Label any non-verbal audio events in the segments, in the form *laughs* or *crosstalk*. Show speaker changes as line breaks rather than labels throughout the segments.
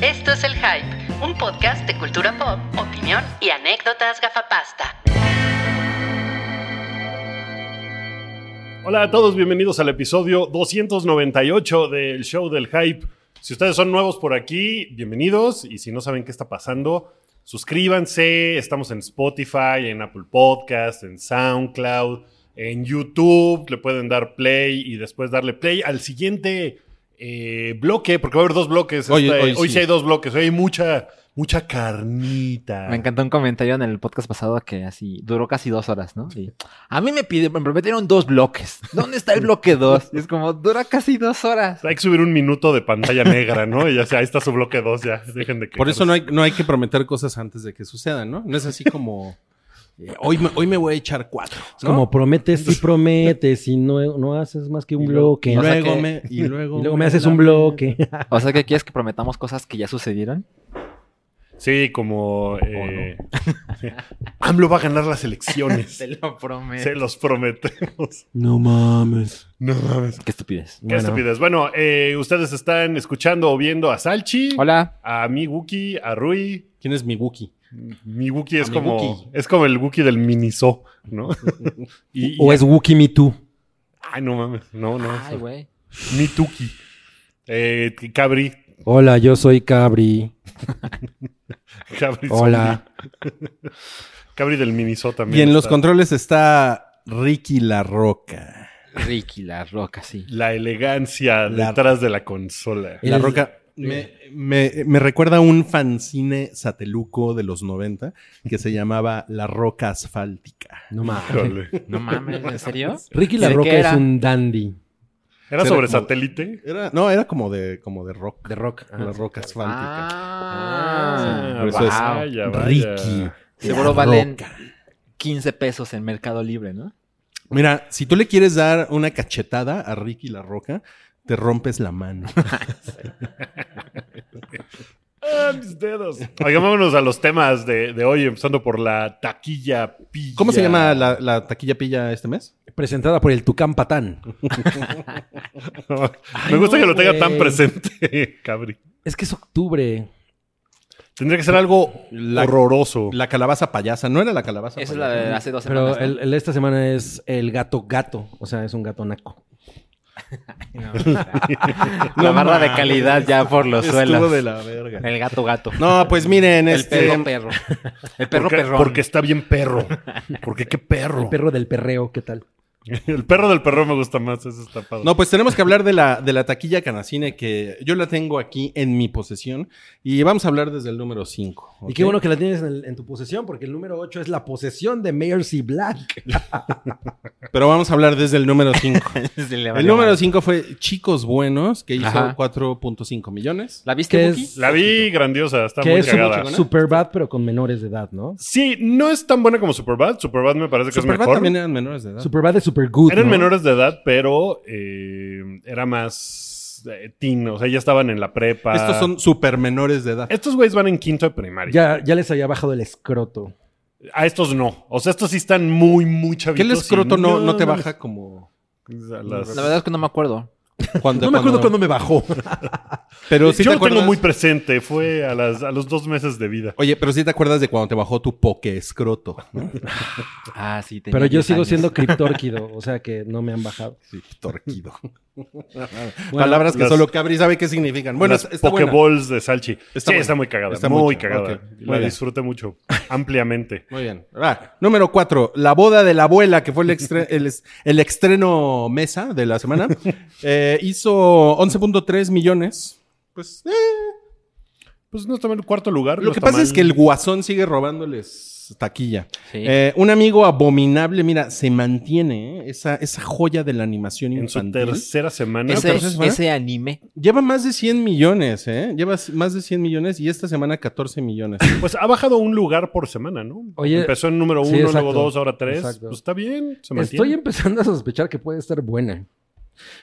Esto es El Hype, un podcast de cultura pop, opinión y anécdotas gafapasta.
Hola a todos, bienvenidos al episodio 298 del show del hype. Si ustedes son nuevos por aquí, bienvenidos. Y si no saben qué está pasando, suscríbanse. Estamos en Spotify, en Apple Podcast, en SoundCloud, en YouTube. Le pueden dar play y después darle play al siguiente eh, bloque, porque va a haber dos bloques.
Hoy-
Esta-
hoy sí.
hay dos bloques. Hoy hay mucha, mucha carnita.
Me encantó un comentario en el podcast pasado que así duró casi dos horas, ¿no? Y a mí me pide, me prometieron dos bloques. ¿Dónde está el bloque dos? Y es como, dura casi dos horas.
Hay que subir un minuto de pantalla negra, ¿no? Y ya sea, ahí está su bloque 2, ya. Dejen de
Por eso
quejarse.
no hay, no hay que prometer cosas antes de que sucedan, ¿no? No es así como... eh, hoy, me, hoy me voy a echar cuatro.
Es
¿no?
como prometes y prometes y no, no haces más que un
Y luego-
bloque.
Y
O sea,
luego,
que-
me, y luego,
*laughs* y luego me haces un bloque.
O sea, que quieres que prometamos cosas que ya sucedieron.
Sí, como. eh, *laughs* AMLO va a ganar las
*laughs*
elecciones.
lo prometo.
Se los prometemos.
no mames.
No mames. Qué
Qué estupidez.
Bueno.
estupidez. Bueno, eh, ustedes están escuchando o viendo a Salchi,
Hola.
a mi Wookie, a Rui.
¿Quién es mi Wookie?
Mi Wookie es
A mi
como.
Wookie.
Es como el Wookie del Miniso, *laughs* ¿no? y, y-
O es Wookie Me Too.
Ay, no mames. No, no.
Ay, güey.
mi Tuki. Eh, Cabri.
Hola, yo soy Cabri.
Cabri
Hola.
zombie. *laughs* Cabri del Miniso también.
Y en los
está.
controles está Ricky La Roca.
Ricky, la roca, sí.
La elegancia
La-
detrás de la consola.
La
Eres-
Roca me, me- me recuerda a un fanzine sateluco de los 90 que se llamaba La Roca Asfáltica.
No mames.
Híjole.
No mames, ¿en serio?
Ricky
¿De
La
qué
Roca es
era?
un dandy.
*laughs* ¿Era
Era
sobre
como-
satélite?
Era, no, era como de, como de rock.
De rock. Ah.
La Roca Asfáltica.
Ah,
Por eso es
wow.
Vaya, vaya.
Ricky.
Seguro
La
valen
Roca.
15 pesos en Mercado Libre, ¿no?
Mira, si tú le quieres dar una cachetada a Ricky La Roca, te rompes la mano.
Ah, mis dedos. Oigan, vámonos a los temas de, de hoy, empezando por la taquilla pilla.
*laughs* ¿Cómo se llama la, la taquilla pilla este mes?
Presentada por el Tucán Patán.
*laughs* Me gusta
no,
que lo tenga tan
güey.
presente, *laughs* cabri.
Es que es octubre.
Tendría que ser algo
La-
horroroso.
La calabaza payasa. ¿No era la calabaza
Esa es la
payasa?
de hace dos semanas.
Pero
¿no?
el, el de esta semana es el gato gato. O sea, es un gato naco.
No,
*laughs*
la barra de calidad ya por los
Estuvo
suelos.
de la verga.
El gato gato.
No, pues miren,
el
este...
perro perro. El perro
porque,
perrón.
porque está bien perro. Porque qué perro.
El perro del perreo, ¿qué tal?
El perro del perro me gusta más. Ese está padre.
No, pues tenemos que hablar de la, de la taquilla canacine que yo la tengo aquí en mi posesión y vamos a hablar desde el número 5.
Y qué bueno que la tienes en, el- en tu posesión, porque el número 8 es la posesión de Mercy Black.
Pero vamos a hablar desde el número
*laughs*
5.
*laughs* Se le
el
valió
número
madre.
5 fue Chicos Buenos, que hizo
Ajá.
4.5 millones.
¿La viste,
¿Qué
Buki?
es?
La vi grandiosa. Está
que
muy
es
cagada.
chingona.
super bad, pero con menores de edad, ¿no?
Sí, no es tan buena como Superbad. Superbad me parece que es
Superbad
mejor.
también eran menores de edad.
Super bad es super good.
Eran
¿no?
menores de edad, pero eh, era más eh, teen, o sea, ya estaban en la prepa.
Estos son super menores de edad.
Estos güeyes van en quinto de primaria.
Ya, ya les había bajado el escroto.
A estos no. O sea, estos sí están muy, muy
¿Qué
chavitos.
el escroto
y
no, no te
mames.
baja como
A las-
La verdad es que no me acuerdo.
cuando
No me acuerdo cuando me bajó.
*laughs* Pero sí
Yo lo tengo
te acuerdas-
muy presente. Fue a, las, a los dos meses de vida.
Oye, pero sí te acuerdas de cuando te bajó tu poke escroto. *laughs* ¿no?
Ah, sí. tenía
Pero yo
10
sigo
años. *laughs*
siendo criptórquido, o sea que no me han bajado.
Sí, torquido.
Bueno,
Palabras que
las-
solo Cabri sabe qué significan. Bueno,
las
es- está buena.
Pokeballs de Salchi.
Está
sí,
buena.
está muy cagada.
Está muy
muy
cagada.
cagada.
Ok, muy
La
bien.
disfruté mucho. ampliamente.
Muy bien. Ah, número cuatro, la boda de la abuela, que fue el, extre- el, es- el estreno mesa de la semana, eh, hizo 11.3 millones. Pues eh,
Pues no está mal el cuarto lugar.
lo
no
que
está
pasa es
mal.
que el guasón sigue robándoles taquilla.
Sí.
Eh, un amigo abominable, mira, se mantiene ¿eh? esa, esa joya de la animación
En su
infantil.
tercera semana.
ese,
entonces, ¿verdad?
ese anime.
Lleva más de 100 millones, ¿eh? Lleva s- más de 100 millones y esta semana 14 millones.
Pues ha bajado un lugar por semana, ¿no?
Oye,
Empezó en número
sí,
uno, luego
exacto.
dos, ahora tres.
Exacto.
Pues está bien, se mantiene.
Estoy empezando a sospechar que puede estar buena.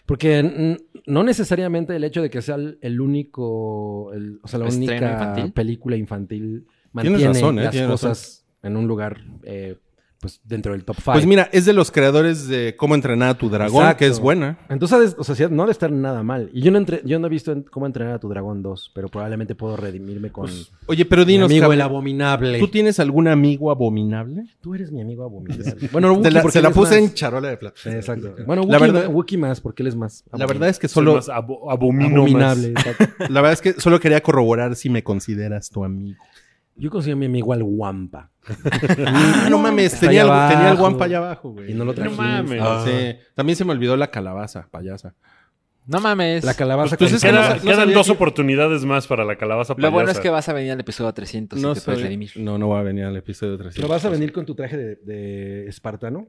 Porque mm, no necesariamente el hecho de que sea el, el único, el- o sea, la
¿Estreno
única
infantil?
película infantil
Tienes
mantiene
razón, ¿eh?
las
Tienes
cosas en un lugar eh, pues pues dentro del top 5.
Pues mira, es de los creadores de Cómo entrenar a tu dragón,
Exacto.
que es buena.
Entonces, o sea, sí, no ha de estar nada mal. Y yo no, entre- yo no he visto en- cómo entrenar a tu dragón 2, pero probablemente puedo redimirme con
Oye, pero
mi
Pues, dinos,
amigo
Javi,
el abominable.
¿tú tienes algún amigo abominable?
Tú eres mi
*laughs*
amigo abominable. bueno, Wookie,
Te la-
porque
se la
él es
puse
más.
en charola de plata.
Sí, Exacto. Bueno, Wookie,
La verdad-
Wookie más, porque él es más.
La verdad es que
Solo
solo,
más abo- abomino
abominable.
más.
exacto.
la verdad es que solo quería corroborar si me consideras tu amigo.
Yo considero a mi amigo al Wampa.
Ah, no mames,
Está
tenía el,
allá abajo.
tenía el guampa allá abajo, güey.
Y no lo
No
trajiste.
mames.
Ah, sí. También se me olvidó la calabaza, payasa.
No mames.
La calabaza
Pues es que
con-
Queda-
no sa- no
quedan
sabía
dos
que-
oportunidades más para la calabaza
Lo bueno es
payasa.
que vas a venir al episodio 300
No,
y te puedes redimir.
no, no va a venir al episodio 300.
¿Pero vas a venir con tu traje de, de espartano?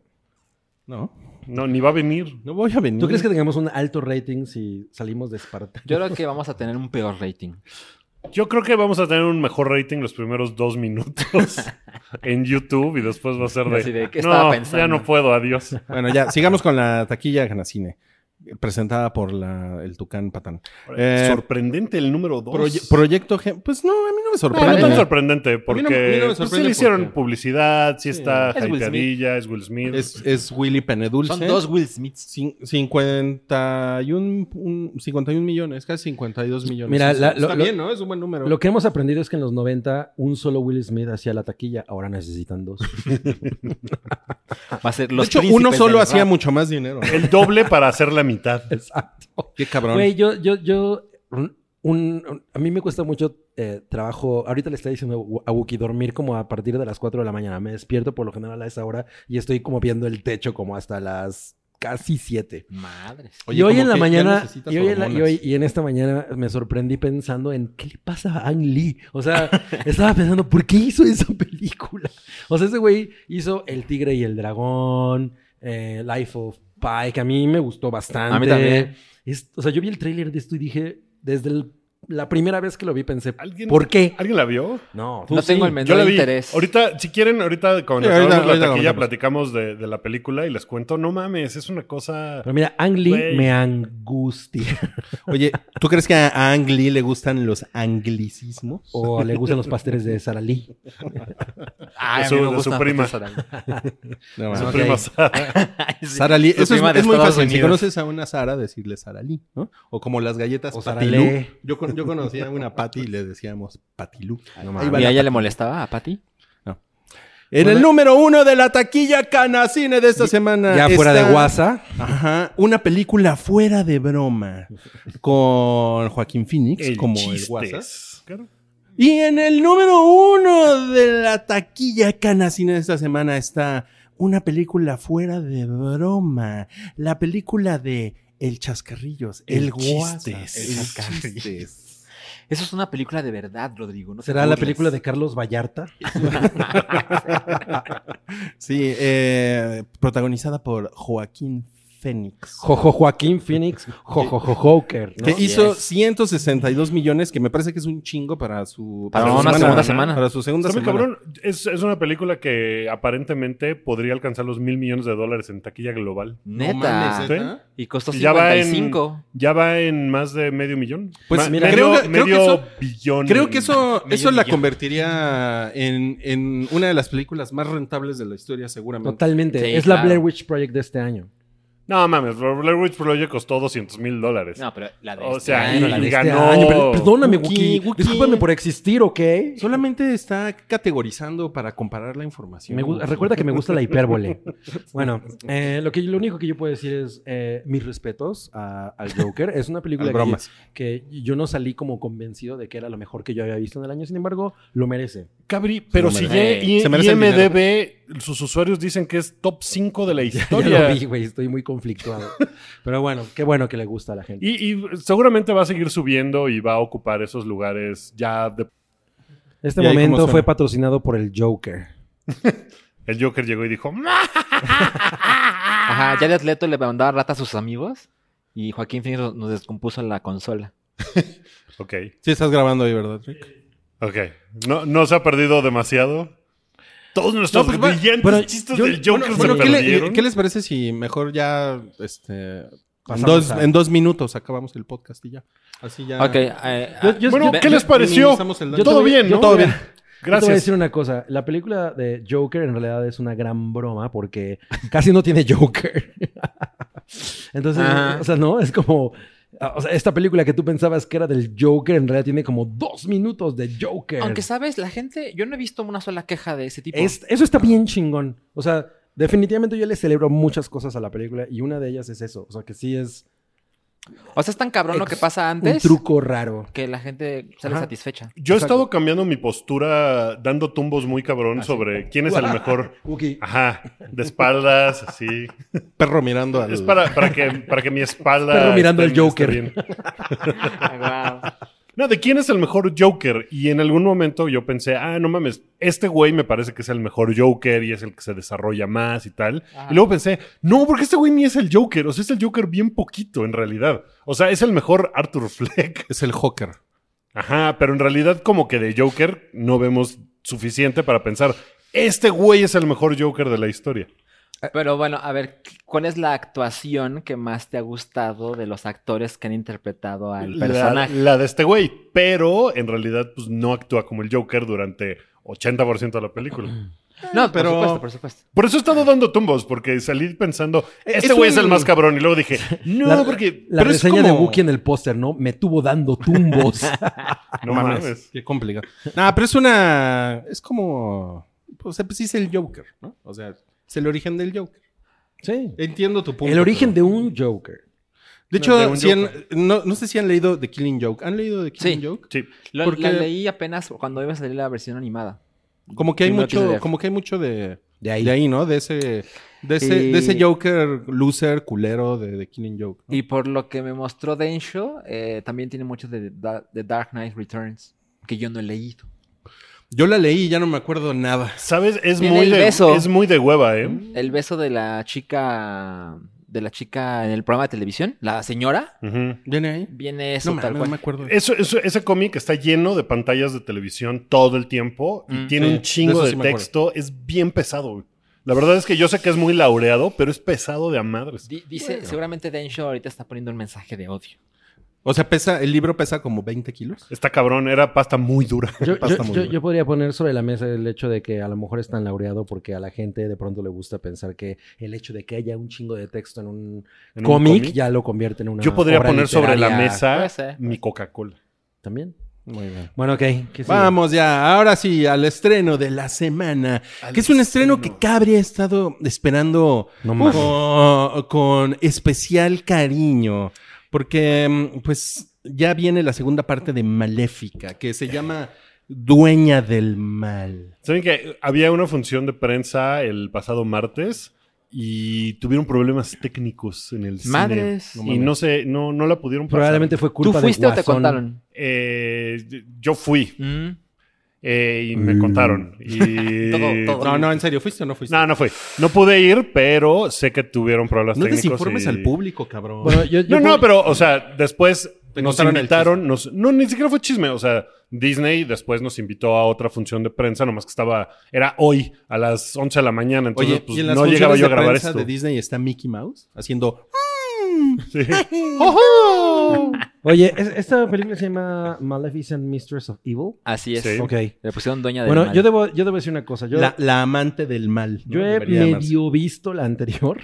No,
No, ni va a venir.
no voy a venir.
¿Tú crees que tengamos un alto rating si salimos de espartano?
Yo creo que vamos a tener un peor rating.
Yo creo que vamos a tener un mejor rating los primeros dos minutos en YouTube y después va a ser de.
Así de, ¿qué
no,
estaba pensando?"
ya no puedo, adiós.
Bueno, ya, sigamos con la taquilla Ganacine, presentada por la, el Tucán Patán. Eh,
sorprendente el número dos.
Proye- proyecto Gen- Pues no, a mí no me
Pero no
sorprende.
tan sorprendente, porque
no me
pues, sí
sorprende
le hicieron
porque-
publicidad, sí está
Es Will Smith.
hypeadilla, es Will Smith.
es, es Willy Penedulce.
Son dos Will Smiths.
Cin- 51, un- 51 millones, casi 52 millones.
Mira,
Eso
la-
está
lo- lo-
bien, ¿no? Es un buen número.
Lo que hemos aprendido es que en los 90 un solo Will Smith hacía la taquilla, ahora necesitan dos. *laughs*
Va a ser
de
los
hecho,
príncipes
uno solo
del
hacía
rap.
mucho más dinero.
El doble para hacer la mitad.
Exacto.
Qué cabrón.
Güey, yo, yo, yo, un- un- a mí me cuesta mucho eh, trabajo, ahorita le está diciendo a Wookie dormir como a partir de las 4 de la mañana, me despierto por lo general a esa hora y estoy como viendo el techo como hasta las casi 7.
Madres.
Oye,
y hoy
como
en la
que ya
mañana,
necesitas
y, hoy en la- y
hormonas.
hoy- y en esta mañana me sorprendí pensando en qué le pasa a Ang Lee. O sea, *laughs* estaba pensando, ¿por qué hizo esa película? O sea, ese güey hizo El Tigre y el Dragón, eh, Life of Pi, que a mí me gustó bastante.
A mí también.
Es- o sea, yo vi el tráiler de esto y dije, desde el- la primera vez que lo vi pensé,
¿Alguien-
¿por qué?
¿Alguien la vio?
No, tú
No
sí.
tengo el
Yo
menor
la vi.
interés.
Ahorita, si quieren, ahorita cuando
Sí,
acabamos
ahorita-
la
ahorita
taquilla
comentamos.
platicamos de, de la película y les cuento. No mames, es una cosa.
Pero mira, Ang Lee
Güey.
me angustia.
Oye, ¿tú crees que a, a Ang Lee le gustan los anglicismos?
O le gustan los pasteles de Sara Lee.
de
Ay, a mí
su-
me
de su
gustan
prima.
mucho Sara Lee.
No,
Su
mames.
prima
ok.
Sara.
Ay, sí.
Sara Lee,
Su
eso es,
prima de
es muy
Estados
fácil. Si
Unidos.
conoces a una Sara, decirle Sara Lee, ¿no? O como las galletas
O Sara
Patilú.
Lee.
Yo, con- yo conocía a una Patty y le decíamos Patilú.
No
Ahí
mames.
va
¿Y a
la-
ella le molestaba a Patty?
En el número uno de la taquilla Canacine de esta semana.
Ya fuera de
está-
WhatsApp.
Ajá. Una película fuera de broma. Con Joaquín Phoenix, como
chistes.
el WhatsApp.
Claro.
Y en el número uno de la taquilla canacina de esta semana está una película fuera de broma. La película de El Chascarrillos, El,
El
Guasas,
chistes.
El
El
Chascarrillos.
Eso es una película de verdad, Rodrigo. no te
¿Será la
burles.
película de Carlos Vallarta?
Sí, eh, protagonizada por Joaquín Fénix.
Jojo Joaquín Phoenix, Jojo Joker, ¿no?
Que
Así
hizo
es.
162 millones, que me parece que es un chingo para su...
Para
su
una segunda
semana.
Para su segunda
Está muy
semana.
cabrón. Es, es una película que aparentemente podría alcanzar los mil millones de dólares en taquilla global.
Neta.
No mames, ¿neta?
Sí.
¿eh? Y costó
Y ya va en-
55.
Ya va en más de medio millón.
Pues,
Ma-
mira,
medio,
creo que- creo que
medio
eso-
billón.
Creo
*laughs*
que eso,
Medio
eso la
millón.
convertiría en, en una de las películas más rentables de la historia, seguramente.
Totalmente.
Sí,
es la
claro.
Blair Witch Project de este año.
No mames, Blair Witch Project costó 200 mil dólares.
No, pero la de
O
este
sea,
año,
y-
la de
y
este
ganó.
año.
pero- perdóname,
Wookie,
Wookie.
Wookie.
Discúlpame por existir, ¿ok?
Solamente está categorizando para comparar la información.
Me gu- recuerda que me gusta
*laughs*
la hipérbole. Bueno, eh, lo, que, lo único que yo puedo decir es eh, mis respetos a- al Joker. Es una película
Al
que,
bromas.
que yo no salí como convencido de que era lo mejor que yo había visto en el año. Sin embargo,
*laughs*
lo merece.
Cabri, pero
Se
si
lo
merece.
ya I-
Se merece el
IMDB, sus usuarios dicen que es top 5 de la
Yo
historia.
lo vi, güey. Estoy muy conflictuado. Pero bueno, qué bueno que le gusta a la gente.
Y, y seguramente va a seguir subiendo y va a ocupar esos lugares ya de...
Este
¿Y ahí cómo
momento
suena?
fue patrocinado por el Joker.
El Joker llegó y dijo, "Ma".
Ajá, ya de Atleto le mandaba rata a sus amigos. Y Joaquín Phoenix nos- nos descompuso la consola.
ok,
Sí, estás grabando ahí, ¿verdad, Rick?
ok. No, no se ha perdido demasiado. Todos nuestros
No, pues, va-
brillantes
bueno,
chistes
yo-
del Joker
Bueno,
se
¿qué, le-
perdieron.
qué les parece si mejor ya este, en,
Pasamos
dos,
a-
en dos minutos acabamos el podcast y ya? Así ya.
Ok. eh,
Yo-
ah,
yo-
Bueno,
ve-
¿qué
ve-
les pareció?
minimizamos el daño.
yo te
Todo
voy-
bien,
yo
¿no?
te voy a- Yo Te voy a
Gracias.
decir una cosa. La película de Joker en realidad es una gran broma porque casi no tiene Joker. *laughs* Entonces,
Ajá.
o sea, no, es como... O sea, esta película que tú pensabas que era del Joker en realidad tiene como dos minutos de Joker.
Aunque sabes, la gente, yo no he visto una sola queja de ese tipo.
Es- eso está bien chingón. O sea, definitivamente yo le celebro muchas cosas a la película y una de ellas es eso. O sea, que sí es
o sea, es tan cabrón lo que
ex-
pasa
un
antes
truco raro.
que la gente sale
Ajá.
satisfecha.
Yo he
Exacto.
estado cambiando mi postura, dando tumbos muy cabrón sobre quién es el mejor.
Ok.
Ajá, de espaldas, así.
Perro mirando al...
Es para, para, que, para que mi espalda.
Perro mirando
esté-
al Joker.
esté bien.
Ah, *laughs* guau.
No, de quién es el mejor Joker. Y en algún momento yo pensé, ah, no mames, este güey me parece que es el mejor Joker y es el que se desarrolla más y tal.
Ajá.
Y luego pensé, no, porque este güey ni es el Joker. O sea, es el Joker bien poquito en realidad. O sea, es el mejor Arthur *laughs* Fleck.
Es el Joker.
Ajá, pero en realidad como que de Joker no vemos suficiente para pensar, este güey es el mejor Joker de la historia.
Pero bueno, a ver, ¿cuál es la actuación que más te ha gustado de los actores que han interpretado al
La,
personaje?
la de este güey, pero en realidad pues no actúa como el Joker durante 80% de la película.
No,
pero-
por supuesto, por supuesto.
Por eso he estado dando tumbos, porque salí pensando,
Es
este güey es
un-
el más cabrón. Y luego dije, no,
La,
porque...
la
pero es
reseña de
como-
Wookiee en el póster, ¿no? Me tuvo
*laughs*
dando tumbos.
No mames.
Qué complicado. Nah, pero es una. Es como. O sea, pues sí es el Joker, ¿no? O sea, es el origen del Joker.
sí.
Entiendo tu punto.
El origen
pero-
de un Joker.
de
De hecho,
un
si han-
Joker.
no, no sé si han leído The Killing Joke. ¿Han leído The Killing
Sí.
Joke?
Sí.
Lo-
Porque-
La leí apenas cuando iba a salir la versión animada.
Como que hay
Sí, no quise
mucho,
leer.
como que hay mucho de,
De ahí.
de ahí, ¿no? De ese, de ese,
Y-
de ese Joker loser, culero de The Killing Joke. ¿no?
Y por lo que me mostró Densho, eh, también tiene mucho de, Da- de Dark Knight Returns, que yo no he leído.
Yo la leí y ya no me acuerdo nada.
¿Sabes? Es
Viene
muy,
el
de,
beso.
es muy de hueva, ¿eh?
El beso de la chica, de la chica en el programa de televisión, la señora,
Ujú.
¿Viene ahí?
viene eso
No, mames,
tal
no
cual.
me acuerdo.
Eso, eso- ese cómic está lleno de pantallas de televisión todo el tiempo y
Mm,
tiene
sí,
un chingo
de eso
de,
sí me acuerdo.
texto. Es bien pesado. güey. La verdad es que yo sé que es muy laureado, pero es pesado de a madres.
Di- dice, seguramente Densho ahorita está poniendo un mensaje de odio.
O sea, pesa, el libro pesa como 20 kilos.
Está cabrón, era *laughs* pasta muy dura.
Yo, yo-
Pasta muy
yo-
dura.
yo podría poner sobre la mesa el hecho de que a lo mejor es tan laureado porque a la gente de pronto le gusta pensar que el hecho de que haya un chingo de texto en un
En un
cómic
cómic.
ya lo convierte en una.
Yo podría
Ah, obra
poner sobre la
literaria.
Puede
mesa
ser.
mi Coca-Cola.
También.
Muy bien.
Bueno, ok. ¿qué sigue?
Vamos ya, ahora sí, al estreno de la semana. que es un estreno, que Cabri ha estado esperando
No
con-
mames.
con, especial cariño. Porque, mm, pues, ya viene la segunda parte de Maléfica, que se llama Dueña del Mal.
Saben que había una función de prensa el pasado martes y tuvieron problemas técnicos en el
Madres.
cine. Y no sé, no, no la pudieron pasar.
Probablemente fue
¿Tú
culpa de
fuiste o te
Guasón.
contaron?
Eh, yo fui
Mm.
eh, y me contaron. Y...
Todo- todo.
No, no, en serio, ¿fuiste o no fuiste?
No, no fui. No pude ir, pero sé que tuvieron problemas
No
técnicos.
desinformes
y-
al público, cabrón.
Bueno, yo-
No,
yo
no,
pod-
pero, o sea, después
Te
nos
contaron el
invitaron. Nos, no, ni siquiera fue chisme. O sea, Disney después nos invitó a otra función de prensa, nomás que estaba. Era hoy, a las 11 de la mañana. Entonces,
Oye,
pues,
¿y en las
no
funciones
llegaba yo a
de
grabar
prensa
esto.
de Disney está Mickey Mouse haciendo...
*laughs*
*laughs*
Sí.
Oye, es- esta película se llama Maleficent Mistress of Evil.
Así es.
Sí.
Ok.
Le pusieron dueña de
Bueno, yo debo, yo debo decir una cosa. Yo,
la, la amante del mal. ¿no?
yo he
Debería llamarse.
medio visto la anterior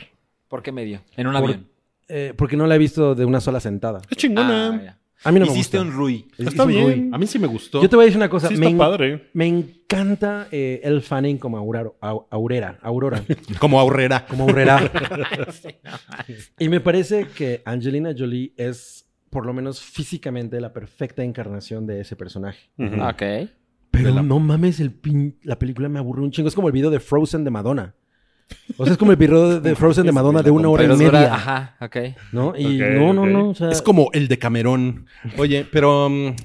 ¿Por qué medio? En un
Por-
avión.
eh, porque no la he visto de una sola sentada.
Es chingona.
Ah, ya.
A mí no
Hiciste
me gusta.
un Rui.
Hice
Está
un
bien.
Rui.
A mí sí me gustó.
Yo te voy a decir una cosa.
Sí,
me,
está
en-
padre.
me encanta eh, el fanning como Aurora, Au- Aurera, Aurora,
Como ahorrera.
como *laughs* Aurera. y me parece que Angelina Jolie es, por lo menos físicamente, la perfecta encarnación de ese personaje.
Ujú.
Ah.
Ok.
Pero
De la-
no mames, el pin- la película me aburrió un chingo. Es como el video de Frozen de Madonna. O sea, es como el video de Frozen de Madonna de una hora
Pero
y
es verdad-
media.
Ajá, ok.
¿No? Y
Ok,
no, no,
ok.
no. o sea,
Es como el de Camerón. Oye, pero... um,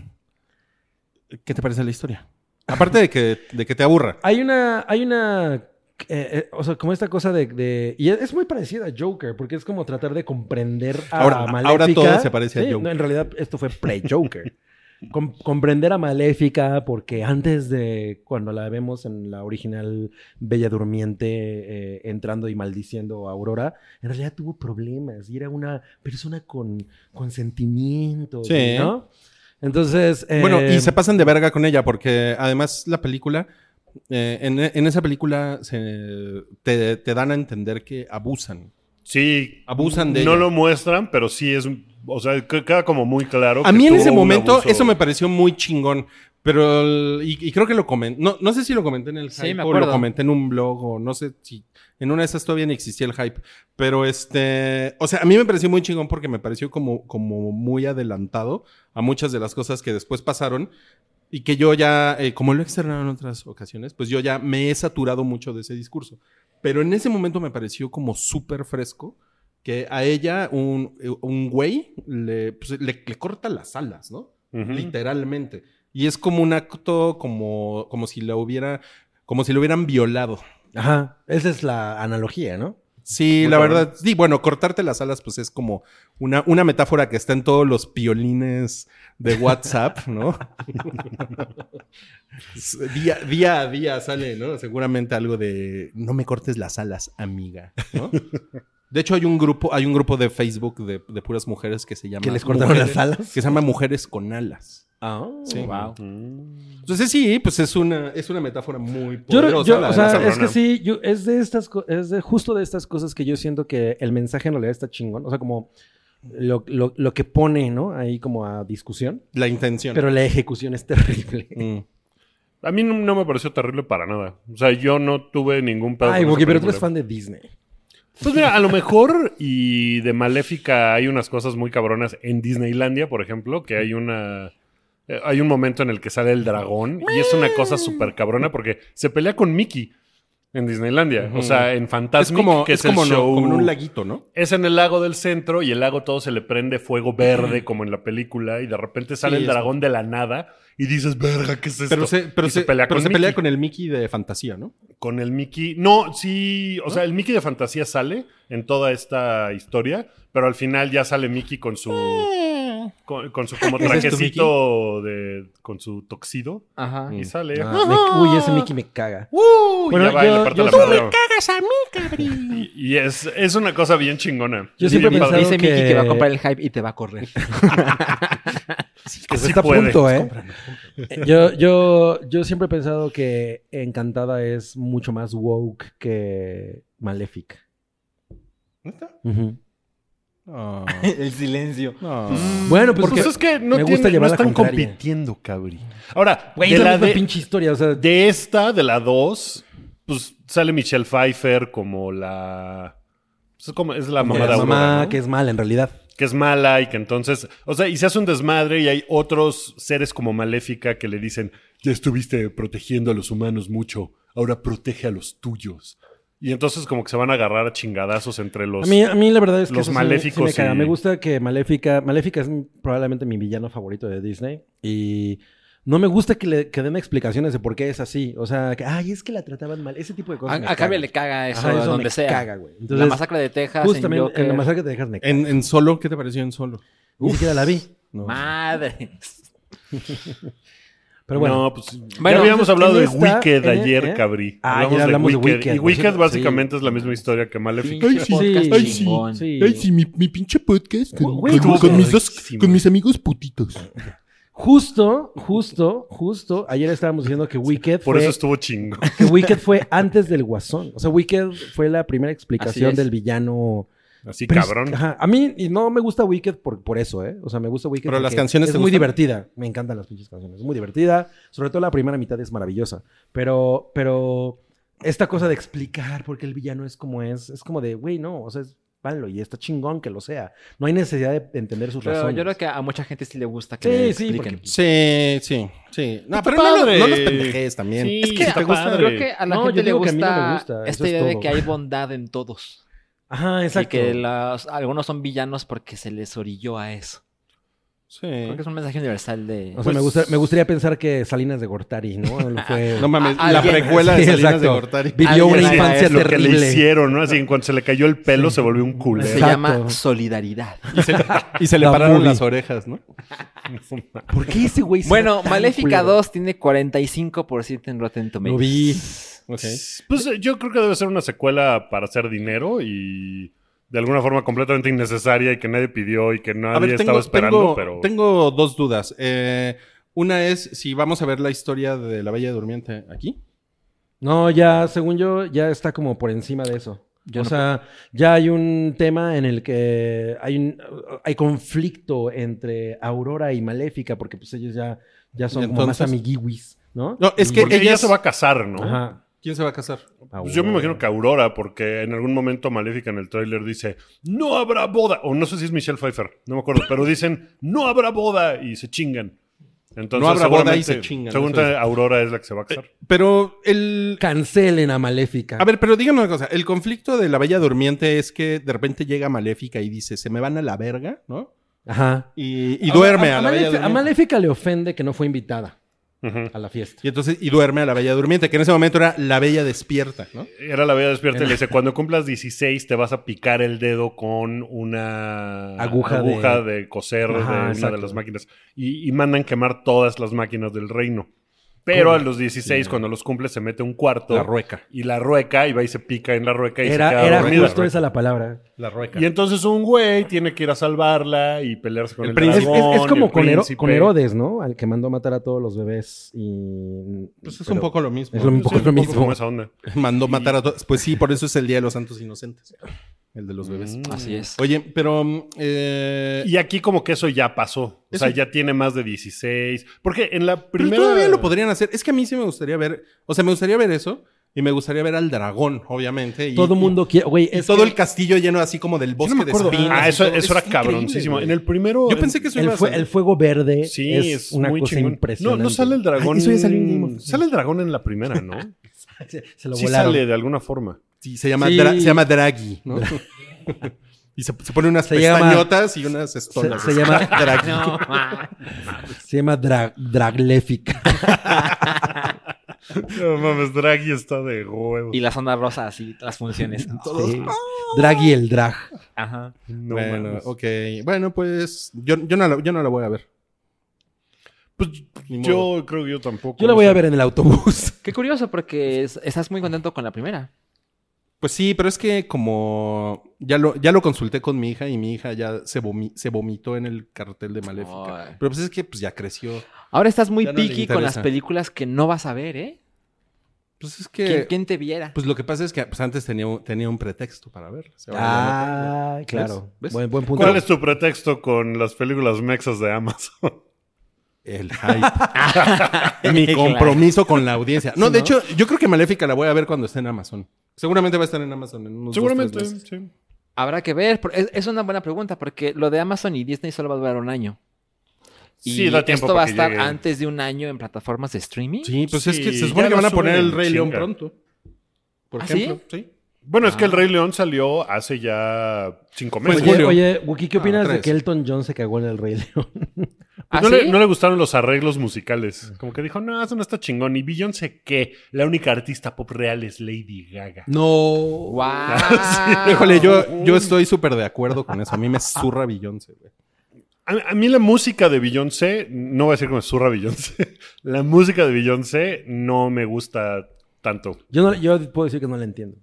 ¿Qué te parece la historia? Aparte de que, de que te aburra.
Hay una. Hay una. eh, eh, o sea, como esta cosa de, de- Y es es muy parecida a Joker, porque es como tratar de comprender a
Ahora- ahora
Maléfica.
todo se parece a
Sí,
Joker.
no, en realidad, esto fue pre-Joker. *laughs* Com- comprender a Maléfica, porque antes de cuando la vemos en la original Bella Durmiente eh, entrando y maldiciendo a Aurora, en realidad tuvo problemas y era una persona con, con sentimientos,
Sí.
¿no? Entonces. eh,
Bueno, y se pasan de verga con ella porque además la película, eh, en, en esa película se, te, te dan a entender que abusan.
Sí.
Abusan de
No
ella.
lo muestran, pero sí es. un- O sea, que- queda como muy claro.
A
que
mí en
tuvo
ese
un
momento
abuso.
eso me pareció muy chingón. Pero, el- y, y creo que lo comenté, no, no sé si lo comenté en el
Sí,
hype
me
o lo
acuerdo.
comenté en un blog o no sé si, en una de esas todavía ni existía el hype. Pero este, o sea, a mí me pareció muy chingón porque me pareció como, como muy adelantado a muchas de las cosas que después pasaron y que yo ya, eh, como lo he externado en otras ocasiones, pues yo ya me he saturado mucho de ese discurso. Pero en ese momento me pareció como súper fresco que a ella un, eh, un güey le, pues, le- le corta las alas, ¿no?
Ujú.
Literalmente. Y es como un acto como, como si la hubiera, como si lo hubieran violado.
Ajá. Esa es la analogía, ¿no?
Sí,
Muy
la
cabrón.
verdad. Sí, bueno, cortarte las alas, pues es como una, una metáfora que está en todos los piolines de WhatsApp, ¿no? Es- *laughs* día, día a día sale, ¿no? Seguramente algo de no me cortes las alas, amiga, ¿no? De hecho, hay un grupo, hay un grupo de Facebook de, de puras mujeres que se llama.
Que les cortaron
Mujeres-
las alas.
Que se llama Mujeres con Alas.
Ah.
Sí.
Wow.
Mm.
Entonces, sí, pues es una, es una metáfora muy
Yo,
poderosa.
yo-
la
o
de
sea,
la
es que
cabrona.
sí, yo- es de estas, co- es de justo de estas cosas que yo siento que el mensaje en realidad está chingón. O sea, como lo, lo- lo que pone, ¿no? Ahí como a discusión.
la intención.
Pero la ejecución
*laughs*
es terrible.
Mm.
A mí no, no me pareció terrible para nada. O sea, yo no tuve ningún pedo.
Ay,
con
Wookie,
esa
pero tú eres
película.
fan de Disney.
Pues mira, a lo mejor y de Maléfica hay unas cosas muy cabronas en Disneylandia, por ejemplo, que hay una eh, hay un momento en el que sale el dragón y es una cosa súper cabrona porque se pelea con Mickey en Disneylandia, o sea, en
Es
Fantasmic,
como,
que
es
es,
como,
el
no-
show.
como en un laguito, ¿no?
Es en el lago del centro y el lago todo se le prende fuego verde como en la película y de repente sale
Sí,
el
es-
dragón de la nada y dices, "Verga, ¿qué es esto?"
Pero se, pero
Y
se, pelea, pero
con
se pelea
Mickey.
con el Mickey de fantasía, ¿no?
Con el Mickey. No, sí. O sea, el Mickey de fantasía sale en toda esta historia, pero al final ya sale Mickey con su.
Eh.
Con, con su como
¿Ese es tu
trajecito de. con su toxido.
Ajá.
Y sale.
Ah, Me- uy, ese Mickey me caga.
Y
bueno,
¡Uh! ya va y
yo-
le parte
yo
la
siempre-
madre. Y, y es, es una cosa bien chingona.
Yo
Y
siempre
bien
he
padre.
pensado
Dice Mickey que va a
que-
comprar el hype y te va a correr.
que
Pues
sí
está a
puede.
punto, ¿eh? Yo, yo, yo siempre he pensado que Encantada es mucho más woke que Maléfica. Ujú.
No.
el silencio.
Bueno, pues
Porque
porque
es que no,
me gusta
tiene, no
llevar la
están
contraria.
compitiendo, cabri. Ahora,
Güey,
de
es la,
la
misma
de-
pinche historia. O sea,
De esta, de la 2, pues sale Michelle Pfeiffer como la. pues, es como, es la
como
mamá de
la
Aurora,
mamá
¿no?
que es mala en realidad.
que es mala y que entonces, o sea, y se hace un desmadre y hay otros seres como Maléfica que le dicen, ya estuviste protegiendo a los humanos mucho, ahora protege a los tuyos. Y entonces como que se van a agarrar a chingadazos entre los...
A mí, a mí la verdad es que
los
eso sí-
maléficos
sí me, caga.
y-
me gusta que Maléfica, Maléfica es probablemente mi villano favorito de Disney y no me gusta que le que den explicaciones de por qué es así, o sea, que ay, es que la trataban mal, ese tipo de
A,
*laughs* cosas. me
Ah, a Gabriel le
cagan.
caga eso,
Ajá, eso
donde
me
sea.
caga, güey.
la
Entonces,
masacre de Texas, en
justamente
Joker.
en la masacre te dejas me caga.
En, en solo, ¿qué te pareció en solo?
Eh,
Ni siquiera la vi. *laughs*
Madre.
Pero bueno,
No, pues,
Bueno,
ya habíamos
entonces,
hablado de
en esta-
Wicked
en-
ayer,
¿eh?
Cabri.
Ah, ayer hablamos de Wicked,
Y
por
Wicked
cierto,
básicamente es la misma historia que Maléfica.
Pinche podcast
ay,
sí.
chingón.
sí.
mi, pinche podcast
con- Güey, con- con
mis dos- con mis
amigos putitos.
Justo, justo, justo, ayer estábamos diciendo que Wicked
Por
fue
eso estuvo chingo.
que Wicked fue antes del Guasón. O sea, Wicked fue la primera explicación
es.
del villano
Así
Pero es-
cabrón.
ajá, a mí y no me gusta Wicked por, por eso, ¿eh? O sea, me gusta Wicked.
Pero las
porque
canciones
Es
te
muy
gustan.
divertida. Me encantan las pinches canciones. Es muy divertida. Sobre todo la primera mitad es maravillosa. Pero, pero esta cosa de explicar por qué el villano es como es, es como de, güey, no, o sea, es malo y está chingón que lo sea. No hay necesidad de entender sus
Pero
razones.
yo creo que a mucha gente sí le gusta que
Sí,
le
sí,
expliquen.
porque-
Sí, sí, sí. No, pero no,
padre.
no los pendejes también.
Sí,
Es que
está
a- creo
padre.
que a la
No, yo
gente le
digo que a
gusta,
mí no me gusta, eso
esta
es
idea de
todo.
que hay bondad en todos.
Ajá, exacto.
Y que las- algunos son villanos porque se les orilló a eso.
Sí.
Creo que es un mensaje universal
*laughs*
de...
O sea, me, gusta- me gustaría pensar que Salinas de
*laughs*
Gortari, ¿no? Lo fue-
No mames,
A-
la
alguien-
precuela de
Sí,
Salinas de
exacto.
Gortari.
Vivió
Alguien
una
haga
infancia
es lo que le
terrible.
hicieron, ¿no? Así en cuanto se le cayó el pelo se volvió un culero.
se
Exacto.
llama solidaridad.
Y se, y se le
La
pararon
movie.
las orejas, ¿no?
¿Por qué ese güey será
Bueno,
tan
Maléfica
culero?
2 tiene 45% en Rotten Tomatoes.
Lo vi.
Ok.
Pues eh, yo creo que debe ser una secuela para hacer dinero y de alguna forma completamente innecesaria y que nadie pidió y que nadie estaba esperando,
tengo-
pero
tengo dos dudas. Eh, una es si vamos a ver la historia de la Bella Durmiente aquí.
No, ya, según yo, ya está como por encima de eso.
Yo
o
no
sea, ya hay un tema en el que hay, un, hay conflicto entre Aurora y Maléfica, porque pues ellos ya, ya son como más
Entonces-
amiguiwis, ¿no?
No, es que
porque ella
ellas-
se va a casar, ¿no?
Ajá.
¿Quién se va a casar?
Pues yo me imagino que Aurora, porque en algún momento Maléfica en el tráiler dice, no habrá boda, o no sé si es Michelle Pfeiffer, no me acuerdo, pero dicen, no habrá boda y se chingan. Entonces,
No habrá boda
seguramente-
y se chingan,
Seguramente
eso es.
Aurora es la que se va a casar.
Pero el...
Cancelen a Maléfica.
A ver, pero díganme una cosa. El conflicto de la Bella Durmiente es que de repente llega Maléfica y dice, se me van a la verga, ¿no?
Ajá.
Y, y duerme a, la Bella
Maléfica-
Durmiente.
a Maléfica le ofende que no fue invitada
Eh,
Ujú.
a la fiesta.
Y entonces, y duerme a la Bella Durmiente, que en ese momento era la Bella Despierta, ¿no?
Era la bella despierta y le dice, cuando cumplas 16 te vas a picar el dedo con una
Aguja de-
de... coser
Ajá,
de una
exacto.
de las máquinas. Y, y mandan quemar todas las máquinas del reino. Pero
¿Cómo?
a los 16, cuando los cumple, se mete a un cuarto.
La rueca.
Y la rueca, y va y se pica en la rueca y se
Era,
queda
era
dormida.
justo esa la palabra.
La rueca.
Y entonces un güey tiene que ir a salvarla y pelearse con el,
El príncipe.
Es,
dragón,
es- es como
el
con, Hero-
príncipe.
con Herodes, ¿no? Al que mandó a matar a todos los bebés y...
Pues es
pero-
un poco lo mismo.
es lo
Sí,
*laughs* un poco
es un
mismo.
como esa onda.
Mandó matar a todos. Pues sí, por eso es el Día de los Santos Inocentes. El de los
Pues,
bebés.
Mm.
Así es.
Oye, pero... mm, eh,
Y aquí como que eso ya pasó. O sea,
Eso-
ya tiene más de 16. Porque en la
pero
primera...
todavía lo podrían hacer. Es que a mí sí me gustaría ver... O sea, me gustaría ver eso. Y me gustaría ver al dragón, obviamente. Y, y-
Todo el mundo quiere... Güey,
y
es
todo
que-
el castillo lleno así como del bosque de espinas.
Ah,
y
eso,
todo.
eso era
Es increíble,
cabroncísimo.
güey.
En el primero...
Yo pensé que eso
el,
iba a
fue-
ser-
el fuego verde
Sí,
es, una
muy
cosa
chingón.
impresionante.
No, no sale el dragón.
Ay, eso ya salió en Game of
sale el dragón en la primera, ¿no?
Thrones. *laughs* Se, se lo
sí
volaron.
sale de alguna forma.
Sí, se llama,
Sí.
Dra- se llama Draghi, ¿no? *laughs* y se, se pone unas
Se llama-
pestañotas y unas
Se,
estolas. *laughs*
se llama *laughs* Se llama dra- Dragléfica.
No mames, Draghi está de huevo.
Y la zona rosa, así, las funciones.
Sí. Drag y el drag.
Ajá.
No
Bueno,
mames.
ok. Bueno, pues yo, yo, no la, yo no la voy a ver.
Pues
Ni modo.
yo creo que yo tampoco.
Yo la voy a ver en el *laughs* autobús.
Qué curioso, porque es- estás muy contento con la primera.
Pues sí, pero es que como ya lo, ya lo consulté con mi hija y mi hija ya se, vomi- se vomitó en el cartel de Maléfica.
Ay.
Pero pues es que pues, ya creció.
Ahora estás muy
Ya no le
picky con las
interesa.
películas que no vas a ver, ¿eh?
Pues es
¿Quién,
que...
quién te viera?
Pues lo que pasa es que pues, antes tenía un, tenía un pretexto para verla. Se va a llamar-
Ah, claro.
¿Ves?
Buen, buen punto.
¿Cuál es tu pretexto con las películas mexas de Amazon?
El hype. Mi
Claro.
compromiso con la audiencia. No,
Sí,
de
¿no?
hecho, yo creo que Maléfica la voy a ver cuando esté en Amazon. Seguramente va a estar en Amazon en unos dos,
Seguramente,
tres meses.
sí.
Habrá que ver. por- Es, es una buena pregunta, porque lo de Amazon y Disney solo va a durar un año. Y
Sí, da tiempo
esto va
para
a
que
estar
llegue.
antes de un año en plataformas de streaming.
Sí, pues es que
Sí,
se supone
ya
que
lo
van a poner
suben
el
en
Rey León
chinga.
pronto. Por
¿Ah,
ejemplo, sí.
Bueno, es que el Rey León salió hace ya cinco
Pues,
meses.
Oye,
Julio.
oye, Wookie, ¿qué
Ah,
opinas de
tres.
que Elton John se cagó en el Rey León? *laughs*
¿Ah,
Pues no,
sí?
le, no le gustaron los arreglos musicales. Como que dijo, no, eso no está chingón. Y Beyoncé, que la única artista pop real es Lady Gaga.
No.
¡Guau!
*laughs* Híjole, yo, yo estoy súper de acuerdo con eso. A mí me zurra Beyoncé, güey.
A, a mí la música de Beyoncé, no voy a decir como zurra Beyoncé, *laughs* la música de Beyoncé no me gusta tanto.
Yo, no- yo puedo decir que no la entiendo.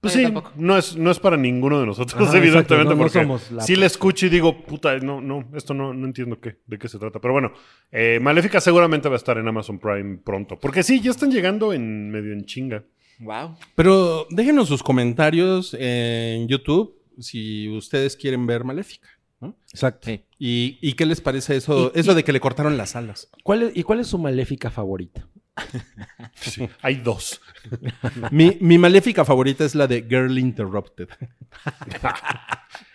Pues
No,
sí,
yo tampoco.
no es, no es para ninguno de nosotros,
Eh, Ajá, exacto,
evidentemente,
no- no
porque
somos la-
sí le escucho y digo, puta, no, no, esto no, no entiendo qué, de qué se trata. Pero bueno, eh, Maléfica seguramente va a estar en Amazon Prime pronto. Porque sí, ya están llegando en medio en chinga.
¡Wow!
Pero déjenos sus comentarios en YouTube si ustedes quieren ver Maléfica.
Exacto.
Sí.
¿Y, y qué les parece eso,
Y-
eso
y-
de que le cortaron las alas?
¿Cuál es- ¿Y cuál es su maléfica favorita? *laughs*
Hay dos.
Mi, mi Maléfica favorita es la de Girl
*laughs*
Interrupted.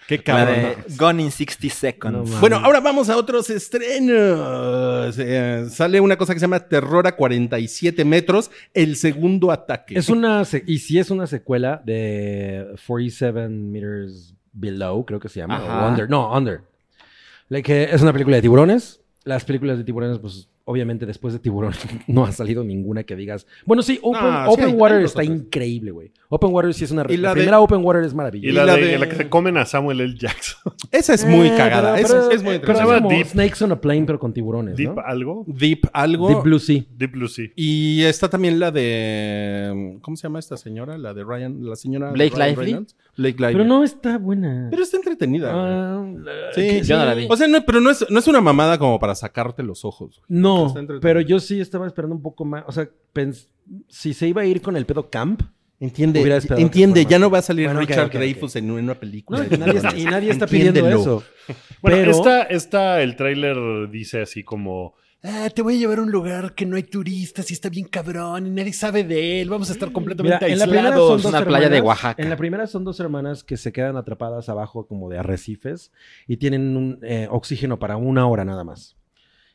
qué
La
cabrón.
de Gone in 60
No
Seconds.
mames.
Bueno, ahora vamos a otros estrenos. Eh, sale una cosa que se llama Terror a 47 metros, el segundo ataque.
Es una. se- Y si es una secuela de 47 Meters Below, creo que se llama.
Ajá.
eh, o Under. No, Under. La que es una película de tiburones. Las películas de tiburones, pues Obviamente después de Tiburón *laughs* no ha salido ninguna que digas. Bueno, sí, Open,
No, sí,
Open
hay- hay
Water
dos
está
otras.
increíble, güey. Open Water sí es una...
Y la
la
de-
primera Open Water es
Y,
maravillosa.
la,
Y la
de,
de-
la que se comen a Samuel L. Jackson.
Esa es muy
Eh,
cagada.
pero-
es,
pero-
es muy
pero es
Se llama
interesante.
como
Deep-
Snakes on a Plane, pero con tiburones,
Deep
¿no?
algo.
Deep algo.
Deep Blue Sea.
Deep Blue Sea.
Y está también la de. mm, ¿Cómo se llama esta señora? La de Ryan. La señora.
Blake
Ryan
Lively.
Reynolds. Blake Lively.
Pero no está buena.
Pero está entretenida. güey.
Ah, la-
Sí.
que-
Yo no la vi.
O sea, no, pero no es, no es una mamada como para sacarte los ojos. güey.
No,
Está entretenido.
pero yo sí estaba esperando un poco más. O sea, pens- si se iba a ir con el pedo camp.
Entiende,
Hubiera esperado
entiende,
que fuera
ya
más.
no va a salir
Bueno, ok,
Richard
ok, ok.
Dreyfus en una película.
No, y nadie, está- y nadie está pidiendo
Entiéndelo.
eso.
Bueno,
Pero-
esta, esta, el tráiler dice así como... "Ah, te voy a llevar a un lugar que no hay turistas y está bien cabrón y nadie sabe de él. Vamos a estar
Mira,
completamente
en la primera
aislados.
son dos
una playa de
hermanas-
Oaxaca.
En la primera son dos hermanas que se quedan atrapadas abajo como de arrecifes y tienen un eh, oxígeno para una hora nada más.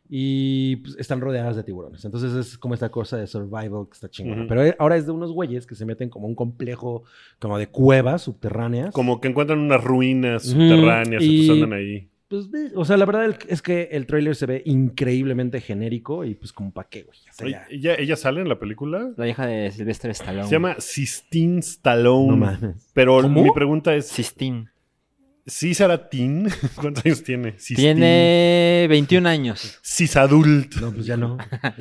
Y pues, están rodeadas de tiburones. Entonces es como esta cosa de survival que está chingona.
Ujú.
Pero eh, ahora es de unos güeyes que se meten como a un complejo como de cuevas subterráneas.
Como que encuentran unas ruinas
Ujú,
subterráneas,
y-
entonces andan ahí.
Pues, ve, o sea, la verdad el- es que el tráiler se ve increíblemente genérico y pues como pa' qué, güey. O sea,
Oye,
ya-
¿Ella, ella sale en la película?
La hija de Sylvester Stallone.
Se llama Sistine Stallone.
No mames.
Pero
¿Cómo?
mi pregunta es, ¿sí,
Sistine.
será teen? *laughs* ¿Cuántos años tiene? Sistine.
Tiene 21 años.
Cisadult.
No, pues
*laughs*
ya no.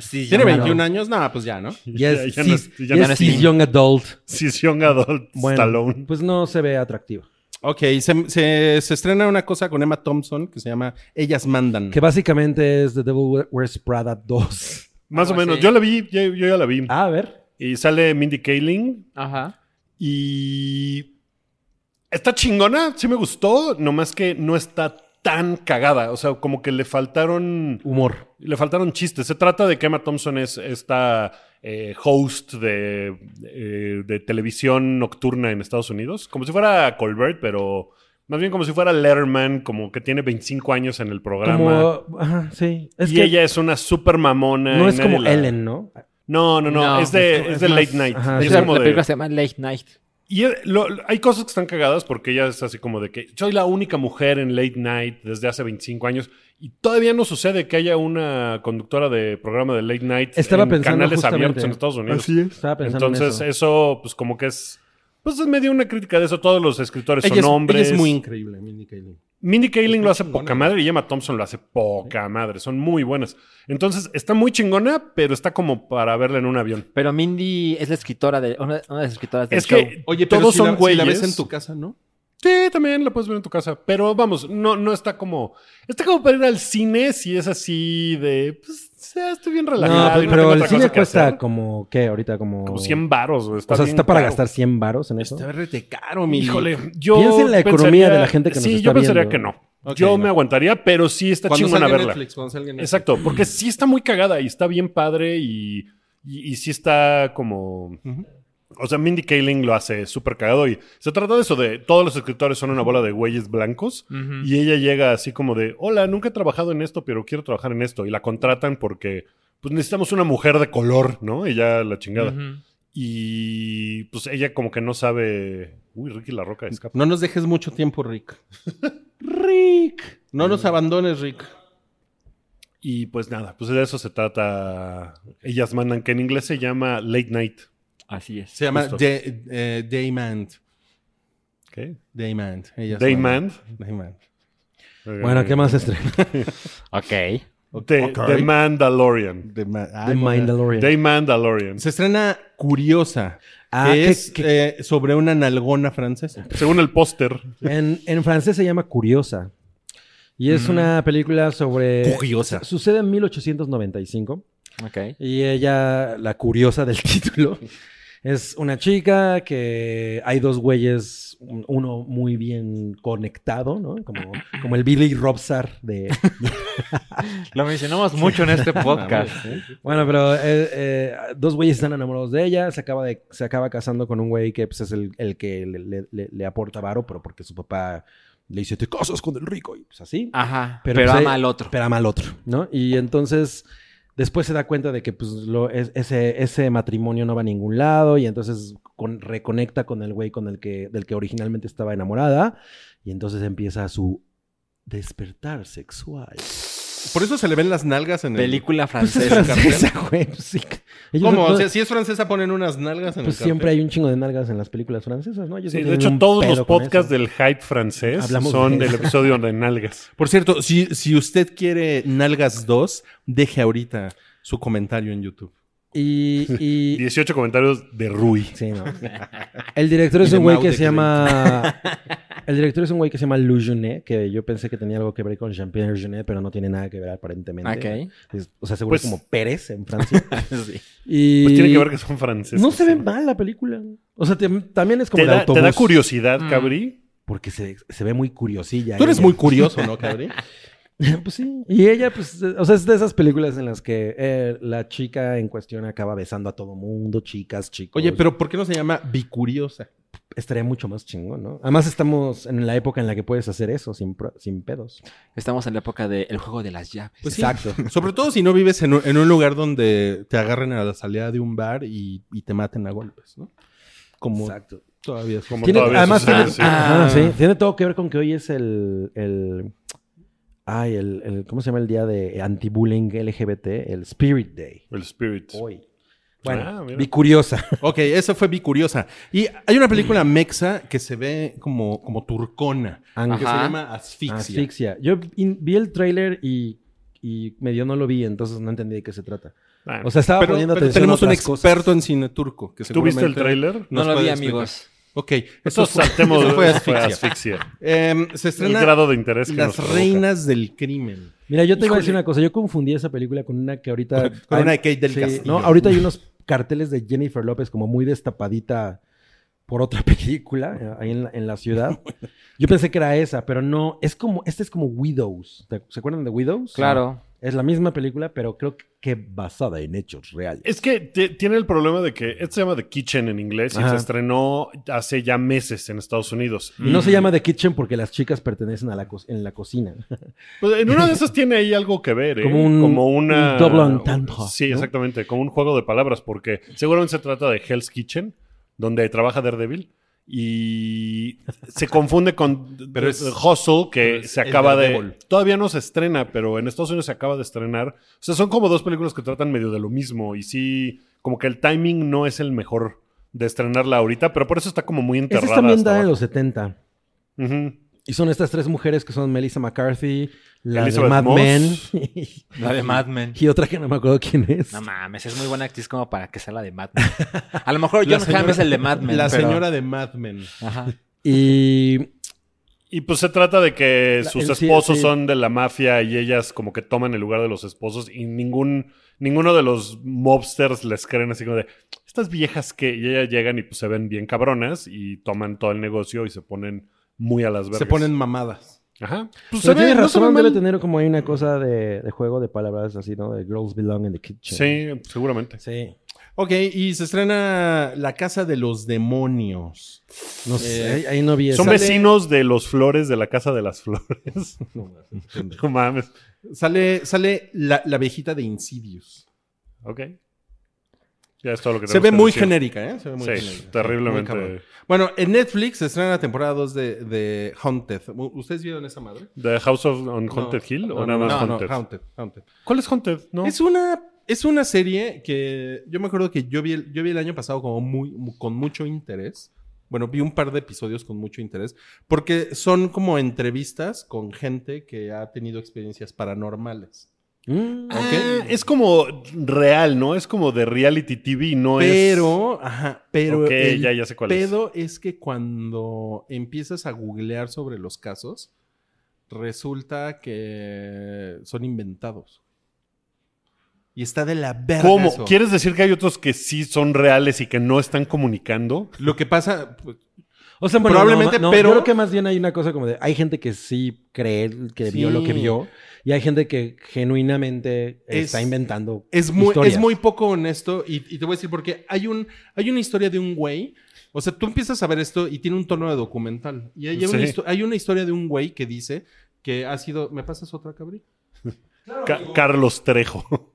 Tiene
Ya no.
21 años, nada, pues ya, ¿no?
Ya es
Ya- ya no-
cis-
ya
ya
no
es
es
cis
teen.
young adult.
Cis Young Adult
Bueno,
Stallone.
pues no se ve atractiva.
Ok, se, se- se estrena una cosa con Emma Thompson que se llama Ellas Mandan.
Que básicamente es The Devil Wears Prada 2.
Más o
algo
menos.
así.
Yo la vi, ya- yo ya la vi.
Ah, a ver.
Y sale Mindy Kaling.
Ajá.
Y está chingona, sí me gustó, nomás que no está tan cagada, o sea, como que le faltaron
Humor.
le faltaron chistes. Se trata de que Emma Thompson es esta eh, host de, eh, de televisión nocturna en Estados Unidos, como si fuera Colbert, pero más bien como si fuera Letterman, como que tiene 25 años en el programa.
Como, ajá, sí. Es
y
que
ella es una super mamona.
no
y
es
nadie
como
la-
Ellen, ¿no?
No, no, no,
No,
es de,
es como-
es
es
de
más-
Late Night.
ajá,
Y
sí,
es
la,
como
la
de-
película se llama Late Night.
y eh, lo- lo- hay cosas que están cagadas porque ella es así como de que soy la única mujer en late night desde hace 25 años y todavía no sucede que haya una conductora de programa de late night
Estaba
en
pensando
canales
justamente. Ah,
abiertos en Estados Unidos.
Estaba pensando
Entonces
en eso.
eso pues como que es pues es medio una crítica de eso. Todos los escritores
ella,
son
es,
hombres.
ella es muy increíble, Mindy Kaling.
Mindy Kaling lo hace
chingona.
poca madre y Emma Thompson lo hace poca madre. Son muy buenas. Entonces está muy chingona, pero está como para verla en un avión.
Pero Mindy es la escritora de. Una, una de las escritoras del
Es
show.
que
Oye, pero
todos
si
son
la, si
güeyes.
la ves en tu casa, ¿no?
Sí, también la puedes ver en tu casa. Pero vamos, no, no está como. Está como para ir al cine si es así de. Pues, o sea, estoy bien relajado.
No,
y
pero,
no tengo
el
otra
cine
cosa que
cuesta
hacer.
como, ¿qué? Ahorita como...
Como 100 baros. güey, Está
O sea,
bien
¿está para
caro.
gastar 100 varos en eso?
Está rete caro, mi
Híjole, yo.
Piensa en la economía de la gente que nos
sí,
está
yo pensaría
viendo.
que no.
Ok,
yo
no.
me aguantaría, pero sí está
Cuando
chingona
salga en
verla.
Netflix, cuando salga en Netflix.
Exacto, porque sí está muy cagada y está bien padre y, y, y sí está como...
Ujú.
O sea, Mindy Kaling lo hace súper cagado y se trata de eso, de todos los escritores son una bola de güeyes blancos
Ujú.
y ella llega así como de, hola, nunca he trabajado en esto, pero quiero trabajar en esto y la contratan porque pues necesitamos una mujer de color, ¿no? Y ya la chingada.
Ujú.
Y pues ella como que no sabe... Uy, Ricky La Roca escapa.
No nos dejes mucho tiempo, Rick.
Rick.
No nos abandones, Rick.
Y pues nada, pues de eso se trata. Ellas mandan, que en inglés se llama Late Night.
Así es.
Se llama
Justo.
De- eh, Daymand.
¿Qué?
Daymand. Ellas
Dayman.
mandan. Daymand.
Bueno, ¿qué más estrena?
Ok.
The, The Mandalorian.
Dayman-
The
Ay,
Mandalorian.
The Mandalorian.
Se estrena Curiosa,
Ah,
que
¿qué-
es eh, sobre una nalgona francesa.
Según el póster.
En, en francés se llama Curiosa. Y es una película sobre...
Curiosa.
Sucede en 1895.
Ok.
Y ella, la curiosa del *laughs* título, es una chica que hay dos güeyes, un- uno muy bien conectado, ¿no? Como, como el Billy Robsar de...
Lo mencionamos mucho en *laughs* este podcast.
Bueno, pero eh, eh, dos güeyes están enamorados de ella, se acaba, de, se acaba casando con un güey que pues, es el, el que le, le- le- le aporta varo, pero porque su papá le dice, te casas con el rico, y pues así.
Ajá.
Pero,
Pero,
pues,
ama
eh,
al otro.
Pero ama al otro, ¿no? Y entonces después se da cuenta de que pues, lo- es- ese, ese matrimonio no va a ningún lado y entonces con- reconecta con el güey con el que, del que originalmente estaba enamorada y entonces empieza su despertar sexual.
Por eso se le ven las nalgas en el.
*laughs* Película
Pues es
francesa.
francesa, güey. Pues sí. Ellos
¿Cómo?
no-
O sea, si es francesa, ponen unas nalgas en
pues
el.
siempre hay un chingo de nalgas en las películas francesas, ¿no? Ellos
Sí, de
no tienen
hecho,
un
todos
pedo
los
con
podcasts
eso.
del hype francés
Hablamos
son
de
del
eso.
episodio de Nalgas.
Por cierto, si, si usted quiere nalgas 2, deje ahorita su comentario en YouTube.
Y, *laughs* y-
18 comentarios de Rui.
Sí, no. *laughs* El director
Y
es
de
un güey
Mau
que
de
se llama. *laughs* El director es un güey que se llama Lou Junet, que yo pensé que tenía algo que ver con Jean-Pierre Junet, pero no tiene nada que ver aparentemente.
Ok. *laughs* Pues
Es- o sea, seguro
Pues-
es como Pérez en Francia.
Sí.
Y
Pues tiene que ver que son franceses.
no se ve
Sí.
mal la película. O sea, te- también es como
¿Te
de
da, te
autobús.
da curiosidad,
Mm.
Cabri?
Porque se, se ve muy curiosilla.
Tú eres
ella.
muy curioso, ¿no, Cabri?
*laughs* pues sí. Y ella, pues, eh, o sea, es de esas películas en las que eh, la chica en cuestión acaba besando a todo mundo, chicas,
*laughs*
chicos.
Oye, pero ¿por qué no se llama bicuriosa?
estaría mucho más chingón, ¿no? Además estamos en la época en la que puedes hacer eso sin, pro- sin pedos.
Estamos en la época del juego de las llaves.
Pues sí.
Exacto.
Sobre todo si no vives en un, en un lugar donde te agarren a la salida de un bar y, y te maten a golpes, ¿no? Como
Exacto.
todavía es como.
Tiene-
todavía
además
sucede,
tiene,
sí.
ajá, sí, tiene todo que ver con que hoy es el, el ay, el, el- ¿cómo se llama el día de anti-bullying LGBT? El Spirit Day.
El Spirit.
Hoy. Bueno,
Ah, mira.
bicuriosa.
Ok, eso fue bicuriosa. Y hay una película mexa que se ve como, como turcona, que se
Ajá.
llama Asfixia.
Asfixia. Yo in- vi el tráiler y, y medio no lo vi, entonces no entendí de qué se trata.
Ah,
O sea, estaba
Pero,
poniendo
pero
atención
tenemos
a
un
otras cosas.
experto en cine turco. Que
¿Tú viste el
seguramente
tráiler?
No
nos
lo
puede
vi,
explicar.
amigos.
Ok,
Eso
esto fue,
saltemos
eso fue asfixia.
asfixia.
Em, se
El
estrena
grado de interés que nos
Las
provoca.
Reinas del Crimen.
Mira, yo te iba a
Híjole.
decir una cosa. Yo confundí esa película con una que ahorita...
Con una de Kate del
Sí,
Castillo.
No, ahorita hay unos carteles de Jennifer López como muy destapadita por otra *laughs* película eh, ahí en la, en la ciudad. Yo pensé que era esa, pero no. Es como... Este es como Widows. ¿Te- ¿Se acuerdan de Widows?
Claro.
Es la misma película, pero creo que basada en hechos reales.
Es que te- tiene el problema de que esto se llama The Kitchen en inglés y
Ajá.
se estrenó hace ya meses en Estados Unidos.
Y no se llama The Kitchen porque las chicas pertenecen a la co- en la cocina.
Pues en una de esas tiene ahí algo que ver, ¿eh?
Como un-
una...
un doble entendre,
Sí,
¿no?
exactamente, como un juego de palabras, porque seguramente se trata de Hell's Kitchen, donde trabaja Daredevil, y se confunde con
Pero es-
Hustle, que
pero es
se
el
acaba de...
Daredevil.
Todavía no se estrena, pero en Estados Unidos se acaba de estrenar. O sea, son como dos películas que tratan medio de lo mismo, y sí, como que el timing no es el mejor de estrenarla ahorita, pero por eso está como muy enterrada.
Esta es también
hasta
da en
abajo.
los 70.
Ujú.
Y son estas tres mujeres que son Melissa McCarthy, la
Elizabeth
de Mad
Moss.
Men
La de Mad Men.
*laughs* y otra que no me acuerdo quién
*laughs*
es.
No mames, es muy buena actriz como para que sea la de Mad *laughs* Men. A lo mejor
La
John
señora-
Hamm es el de Mad Men.
La
pero-
señora de Mad Men.
*laughs* Ajá.
Y
Y pues se trata de que
La-
sus
el- sí,
esposos
sí.
son de la mafia y ellas como que toman el lugar de los esposos y ningún ninguno de los mobsters les creen así como de estas viejas que y ellas llegan y pues se ven bien cabronas y toman todo el negocio y se ponen muy a las vergas.
Se ponen mamadas.
Ajá. Pues
Pero
se ve,
tienes
no se ve
razón,
mal.
debe tener como ahí una cosa de, de juego de palabras así, ¿no? De girls belong in the kitchen.
Sí, seguramente.
Sí.
Ok, y se estrena La Casa de los Demonios.
No sé, ahí, ahí no vi eso.
Son vecinos de los flores de la casa de las
*laughs*
flores. *laughs* no mames.
Sale, sale la, la viejita de Insidious.
Ok. Ya es todo lo que
Se
tenemos
ve
que
muy
decir.
genérica, ¿eh? Se ve muy
Sí,
genérica.
terriblemente.
Muy cabrón. bueno, en Netflix se estrena la temporada 2 de, de Haunted. ¿Ustedes vieron esa madre?
¿The House of on Haunted
No.
Hill
No,
o
no,
nada
no,
más
no,
Haunted?
Haunted, Haunted.
¿Cuál es Haunted? No.
Es una es una serie que yo me acuerdo que yo vi el, yo vi el año pasado como muy mu- con mucho interés. Bueno, vi un par de episodios con mucho interés porque son como entrevistas con gente que ha tenido experiencias paranormales.
Mm.
¿ok?
Ah, es como real, ¿no? Es como de reality TV, no es.
pero, ajá, pero
Ok,
el
ya, ya sé cuál es.
pedo es que cuando empiezas a googlear sobre los casos resulta que son inventados. Y está de la verga
¿Cómo?
eso.
¿Quieres decir que hay otros que sí son reales y que no están comunicando?
Lo que pasa, pues,
O sea, bueno,
Probablemente,
no, no,
pero-
Yo creo que más bien hay una cosa como de. Hay gente que sí cree que vio
Sí.
lo que vio. Y hay gente que genuinamente
Es-
está inventando.
Es muy,
historias.
es muy poco honesto y, y te voy a decir porque hay, un, hay una historia de un güey. O sea, tú empiezas a ver esto y tiene un tono de documental. Y hay, una,
Sí.
histo- hay una historia de un güey que dice que ha sido... ¿Me pasas otra, cabrí?
Ca- Carlos Trejo.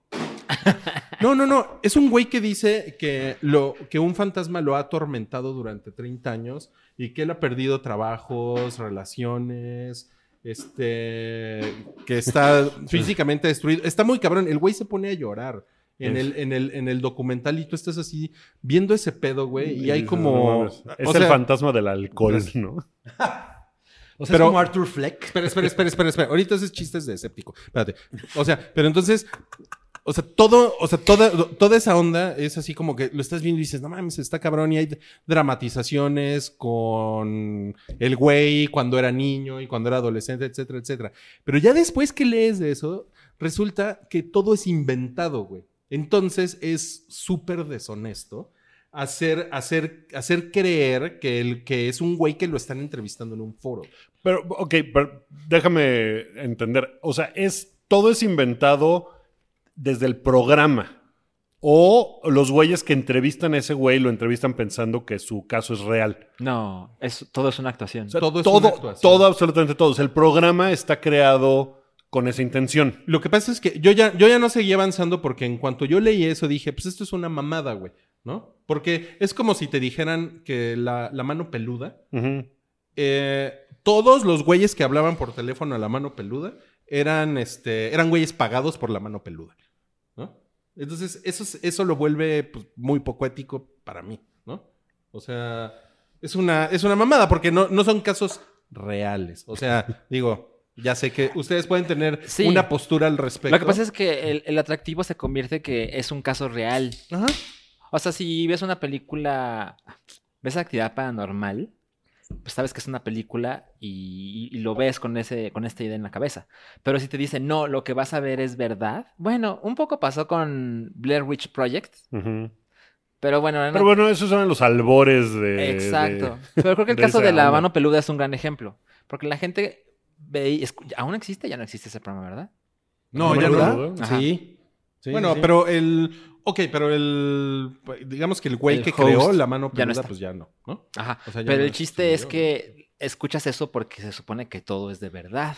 No, no, no. Es un güey que dice que, lo, que un fantasma lo ha atormentado durante 30 años y que él ha perdido trabajos, relaciones, Este, que está físicamente destruido. Está muy cabrón. El güey se pone a llorar. En
Es.
el, en, el, en el documental y tú estás así viendo ese pedo, güey,
*laughs*
y hay como...
Es
o
el
sea, pues,
fantasma del alcohol, ¿no?
O sea,
Pero-
es como Arthur Fleck.
Espera, espera, espera, espera, espera. Ahorita haces chistes de escéptico. Espérate. O sea, pero entonces, o sea, todo, o sea, toda, toda esa onda es así como que lo estás viendo y dices, no mames, está cabrón. Y hay dramatizaciones con el güey cuando era niño y cuando era adolescente, etcétera, etcétera. Pero ya después que lees de eso, resulta que todo es inventado, güey. Entonces es súper deshonesto hacer, hacer, hacer creer que, el, que es un güey que lo están entrevistando en un foro.
Pero, ok, pero déjame entender. O sea, es todo es inventado desde el programa. O los güeyes que entrevistan a ese güey lo entrevistan pensando que su caso es real.
No, es, todo es una actuación.
O sea, todo,
Todo es una
todo,
actuación.
absolutamente todo. O sea, el programa está creado con esa intención.
Lo que pasa es que yo ya, yo ya no seguí avanzando porque en cuanto yo leí eso dije, pues esto es una mamada, güey, ¿no? Porque es como si te dijeran que la, la mano peluda,
Ujú.
eh, todos los güeyes que hablaban por teléfono a la mano peluda eran, este, eran güeyes pagados por la mano peluda, ¿no? Entonces eso, es- eso lo vuelve pues, muy poco ético para mí, ¿no? O sea, es una, es una mamada porque no, no son casos reales. O sea, digo... Ya sé que ustedes pueden tener
Sí.
una postura al respecto.
Lo que pasa es que el, el atractivo se convierte que es un caso real.
Ajá.
O sea, si ves una película, ves actividad paranormal, pues sabes que es una película y, y lo ves con, ese, con esta idea en la cabeza. Pero si te dicen, no, lo que vas a ver es verdad, bueno, un poco pasó con Blair Witch Project,
Ujú.
pero bueno, era
Pero bueno, esos eran los albores de.
Exacto. Pero
*laughs*
creo que el
de
caso
esa
de la
onda.
mano peluda es un gran ejemplo. Porque la gente ve y escu- ¿Aún existe? Ya no existe ese programa, ¿verdad?
No,
¿No
ya
verdad?
no.
Ajá.
Sí. Sí,
bueno,
sí.
pero el. Ok, pero el. Digamos que el güey
El
que
host
creó la mano
ya
peluda,
no está.
pues ya no, ¿no?
Ajá.
O sea, ya
Pero
no
el chiste es
estudió.
que escuchas eso porque se supone que todo es de verdad.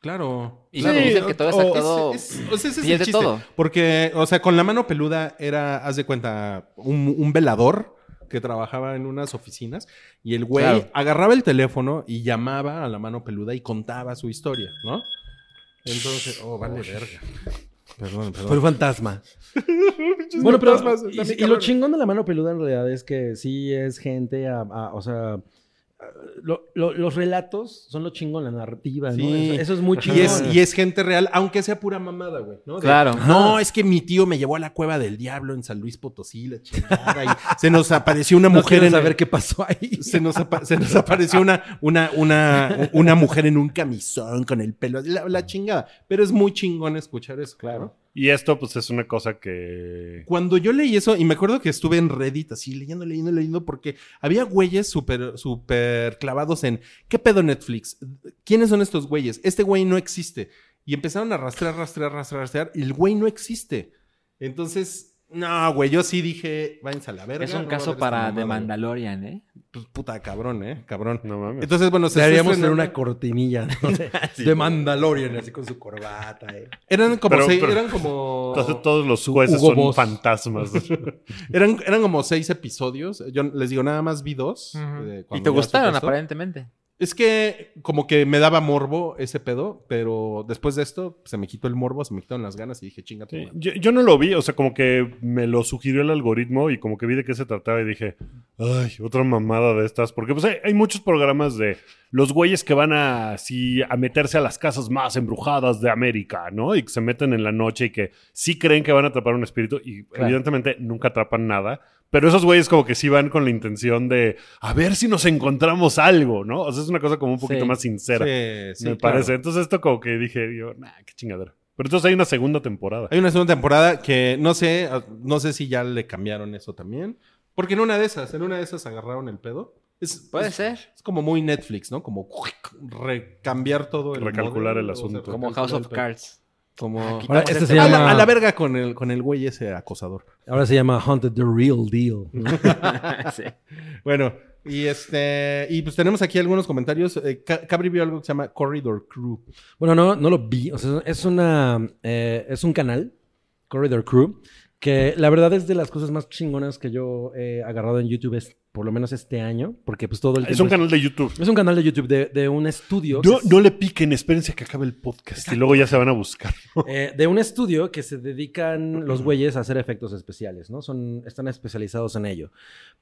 Claro.
Y
claro.
te dicen que todo es
o-
actuado.
Es- es- o sea, ese es
Y
el
es de
chiste.
todo.
Porque, o sea, con la mano peluda era, haz de cuenta, un, un velador que trabajaba en unas oficinas y el güey
Claro.
agarraba el teléfono y llamaba a la mano peluda y contaba su historia, ¿no? Entonces, oh, vale, verga. Perdón, perdón.
Fue un fantasma. bueno, pero.
fantasmas,
y-
también
Y, lo
cabrones.
chingón de la mano peluda en realidad es que sí es gente a. a- o sea. a- lo- lo- los relatos son lo chingón, la narrativa, ¿no?
Sí.
Eso, eso es muy chingón.
Y es, y es gente real, aunque sea pura mamada, güey. ¿no? De,
Claro.
No, es que mi tío me llevó a la cueva del diablo en San Luis Potosí, la chingada. Y se nos apareció una
*laughs* No
mujer
quiero
en
saber qué pasó ahí.
*laughs* se nos, apa- se nos apareció una, una, una, una mujer en un camisón con el pelo, la, la chingada. Pero es muy chingón escuchar eso. Claro.
Y esto, pues, es una cosa que.
Cuando yo leí eso, y me acuerdo que estuve en Reddit así leyendo, leyendo, leyendo, porque había güeyes súper, súper clavados en ¿qué pedo Netflix? ¿Quiénes son estos güeyes? Este güey no existe. Y empezaron a rastrear, rastrear, rastrear, rastrear, y el güey no existe. Entonces, no, güey, yo sí dije, váyanse a la verga.
Es un
no va a haber
caso
esta
para
mamada,
The
güey".
Mandalorian, ¿eh?
Pues puta, cabrón, eh, cabrón.
No mames.
Entonces, bueno, se
Deberíamos
estrenó-
tener una cortinilla *laughs* ¿no? de, de Mandalorian, así con su corbata. ¿eh?
Eran como
Pero-
seis,
pero-
eran como
Entonces, todos los jueces
Hugo
son
Boss.
fantasmas.
*laughs* eran, eran como seis episodios. Yo les digo, nada más vi dos. eh, cuando
Y
ya
te gustaron,
supe esto.
aparentemente.
Es que como que me daba morbo ese pedo, pero después de esto se me quitó el morbo, se me quitaron las ganas y dije, chinga tu
Sí,
madre".
Yo, yo no lo vi, o sea, como que me lo sugirió el algoritmo y como que vi de qué se trataba y dije, ay, otra mamada de estas. Porque pues hay, hay muchos programas de los güeyes que van a, así, a meterse a las casas más embrujadas de América, ¿no? Y que se meten en la noche y que sí creen que van a atrapar un espíritu y
Claro.
evidentemente nunca atrapan nada. Pero esos güeyes como que sí van con la intención de a ver si nos encontramos algo, ¿no? O sea, es una cosa como un poquito
Sí.
más sincera,
Sí, sí,
me
claro.
parece. Entonces esto como que dije, yo, nah, qué chingadera. Pero entonces hay una segunda temporada.
Hay una segunda temporada que no sé, ah, no sé si ya le cambiaron eso también. Porque en una de esas, en una de esas agarraron el pedo. Es,
Puede
es-
ser.
Es como muy Netflix, ¿no? Como recambiar todo el
Recalcular el
modelo, o sea,
asunto.
Como House
recalcular
of
el pedo.
Cards.
Como
Ahora, este se
a,
llama-
la, a la verga con el, con el güey ese acosador.
Ahora se llama Haunted the Real Deal.
*laughs* Sí.
Bueno, y este. Y pues tenemos aquí algunos comentarios. Eh, Ca- Cabri vio algo que se llama Corridor Crew.
Bueno, no, no lo vi. O sea, es una eh, es un canal, Corridor Crew, Que la verdad es de las cosas más chingonas que yo he agarrado en YouTube, es, por lo menos este año, porque pues todo el
Es
tiempo
un canal de YouTube.
es un canal de YouTube de, de un estudio. que
No,
es-
no le piquen, espérense que acabe el podcast y luego ya se van a buscar.
Eh, de un estudio que se dedican los güeyes a hacer efectos especiales, ¿no? Son, están especializados en ello.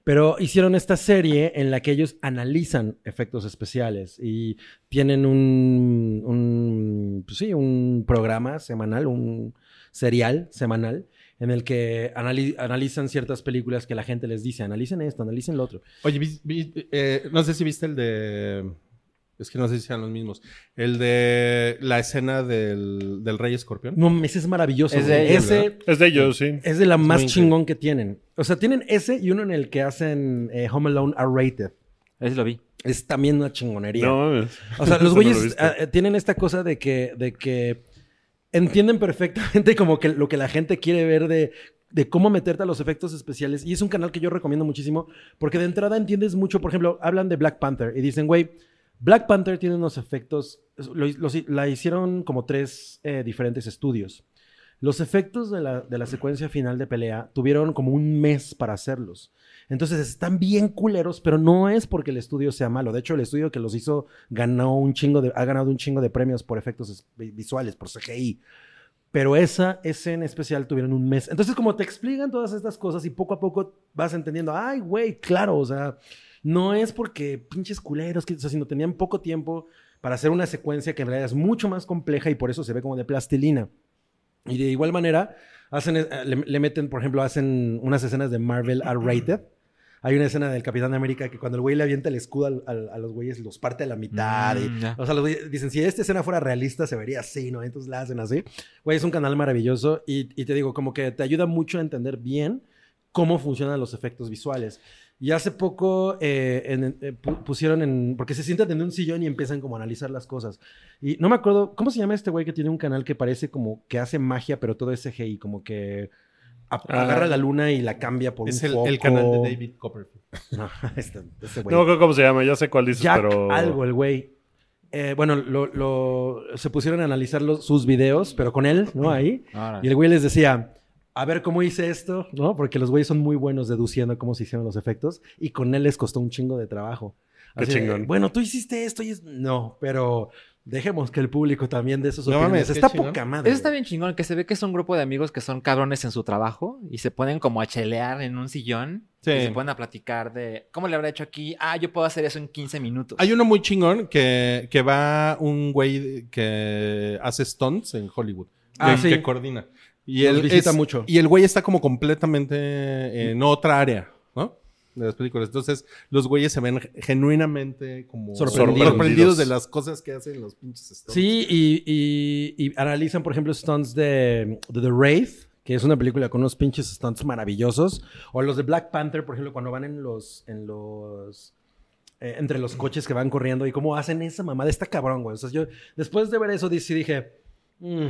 Pero hicieron esta serie en la que ellos analizan efectos especiales y tienen un, un, pues sí, un programa semanal, un serial semanal en el que anali- analizan ciertas películas que la gente les dice, analicen esto, analicen lo otro.
Oye, vi- vi- eh, no sé si viste el de. Es que no sé si sean los mismos. El de la escena del, del Rey Escorpión.
No, ese es maravilloso.
Es de
güey.
ellos,
ese,
¿verdad?
*laughs* Es de ellos, sí.
Es de la
muy
más
increíble.
chingón que tienen. O sea, tienen ese y uno en el que hacen eh, Home Alone R-Rated.
Ese lo vi.
Es también una chingonería.
No mames. *laughs*
O sea,
Eso
los
no
güeyes
lo he visto.
ah, eh, tienen esta cosa de que, de que entienden perfectamente como que lo que la gente quiere ver de, de cómo meterte a los efectos especiales. Y es un canal que yo recomiendo muchísimo porque de entrada entiendes mucho. Por ejemplo, hablan de Black Panther y dicen, güey, Black Panther tiene unos efectos, lo- los- la hicieron como tres eh, diferentes estudios. Los efectos de la, de la secuencia final de pelea tuvieron como un mes para hacerlos. Entonces están bien culeros, pero no es porque el estudio sea malo. De hecho, el estudio que los hizo ganó un chingo de, ha ganado un chingo de premios por efectos es- vi- visuales, por CGI. Pero esa, ese en especial tuvieron un mes. Entonces, como te explican todas estas cosas y poco a poco vas entendiendo, ay, güey, claro, o sea, no es porque pinches culeros, que, o sea, sino tenían poco tiempo para hacer una secuencia que en realidad es mucho más compleja y por eso se ve como de plastilina. Y de igual manera, hacen, eh, le, le meten, por ejemplo, hacen unas escenas de Marvel R-rated. Hay una escena del Capitán América que cuando el güey le avienta el escudo al- al- a los güeyes, los parte a la mitad. y-
Mm, ya.
o sea, los güeyes dicen, si esta escena fuera realista, se vería así, ¿no? Entonces la hacen así. Güey, es un canal maravilloso y, y te digo, como que te ayuda mucho a entender bien cómo funcionan los efectos visuales. Y hace poco eh, en- eh, pu- pusieron en... Porque se sientan en un sillón y empiezan como a analizar las cosas. Y no me acuerdo, ¿cómo se llama este güey que tiene un canal que parece como que hace magia, pero todo es CGI? Como que a-
Ah.
agarra la luna y la cambia por
Es
un
el,
foco.
el canal de
*laughs*
David Copperfield.
No, este, este güey.
No creo cómo se llama, ya sé cuál dices,
Jack
pero.
algo, el güey. Eh, bueno, lo, lo- se pusieron a analizar los- sus videos, pero con él, ¿no? Ahí.
Ah.
Ahora.
Y el güey les decía, a ver cómo hice esto, ¿no? Porque los güeyes son muy buenos deduciendo cómo se hicieron los efectos y con él les costó un chingo de trabajo.
Qué
de,
chingón.
bueno, tú hiciste esto y es... No, pero dejemos que el público también de esos
No
opiniones.
mames, qué
está
chingón.
poca madre.
Eso está
güey.
bien chingón, que se ve que es un grupo de amigos que son cabrones en su trabajo y se ponen como a chelear en un sillón
Sí.
y se ponen a platicar de cómo le habrá hecho aquí. Ah, yo puedo hacer eso en 15 minutos.
Hay uno muy chingón que, que va un güey que hace stunts en Hollywood.
Ah,
que,
sí.
que coordina. Y
Los
él
visita
es-
mucho.
Y el güey está como completamente en otra área, ¿no? De las películas. Entonces, los güeyes se ven genuinamente como
Sorprendidos.
sorprendidos de las cosas que hacen los pinches stunts.
Sí, y, y- y analizan, por ejemplo, stunts de, de The Wraith, que es una película con unos pinches stunts maravillosos. O los de Black Panther, por ejemplo, cuando van en los. En los eh, entre los coches que van corriendo y cómo hacen esa mamada. Está cabrón, güey. O sea, yo después de ver eso, di- sí dije. "Mm",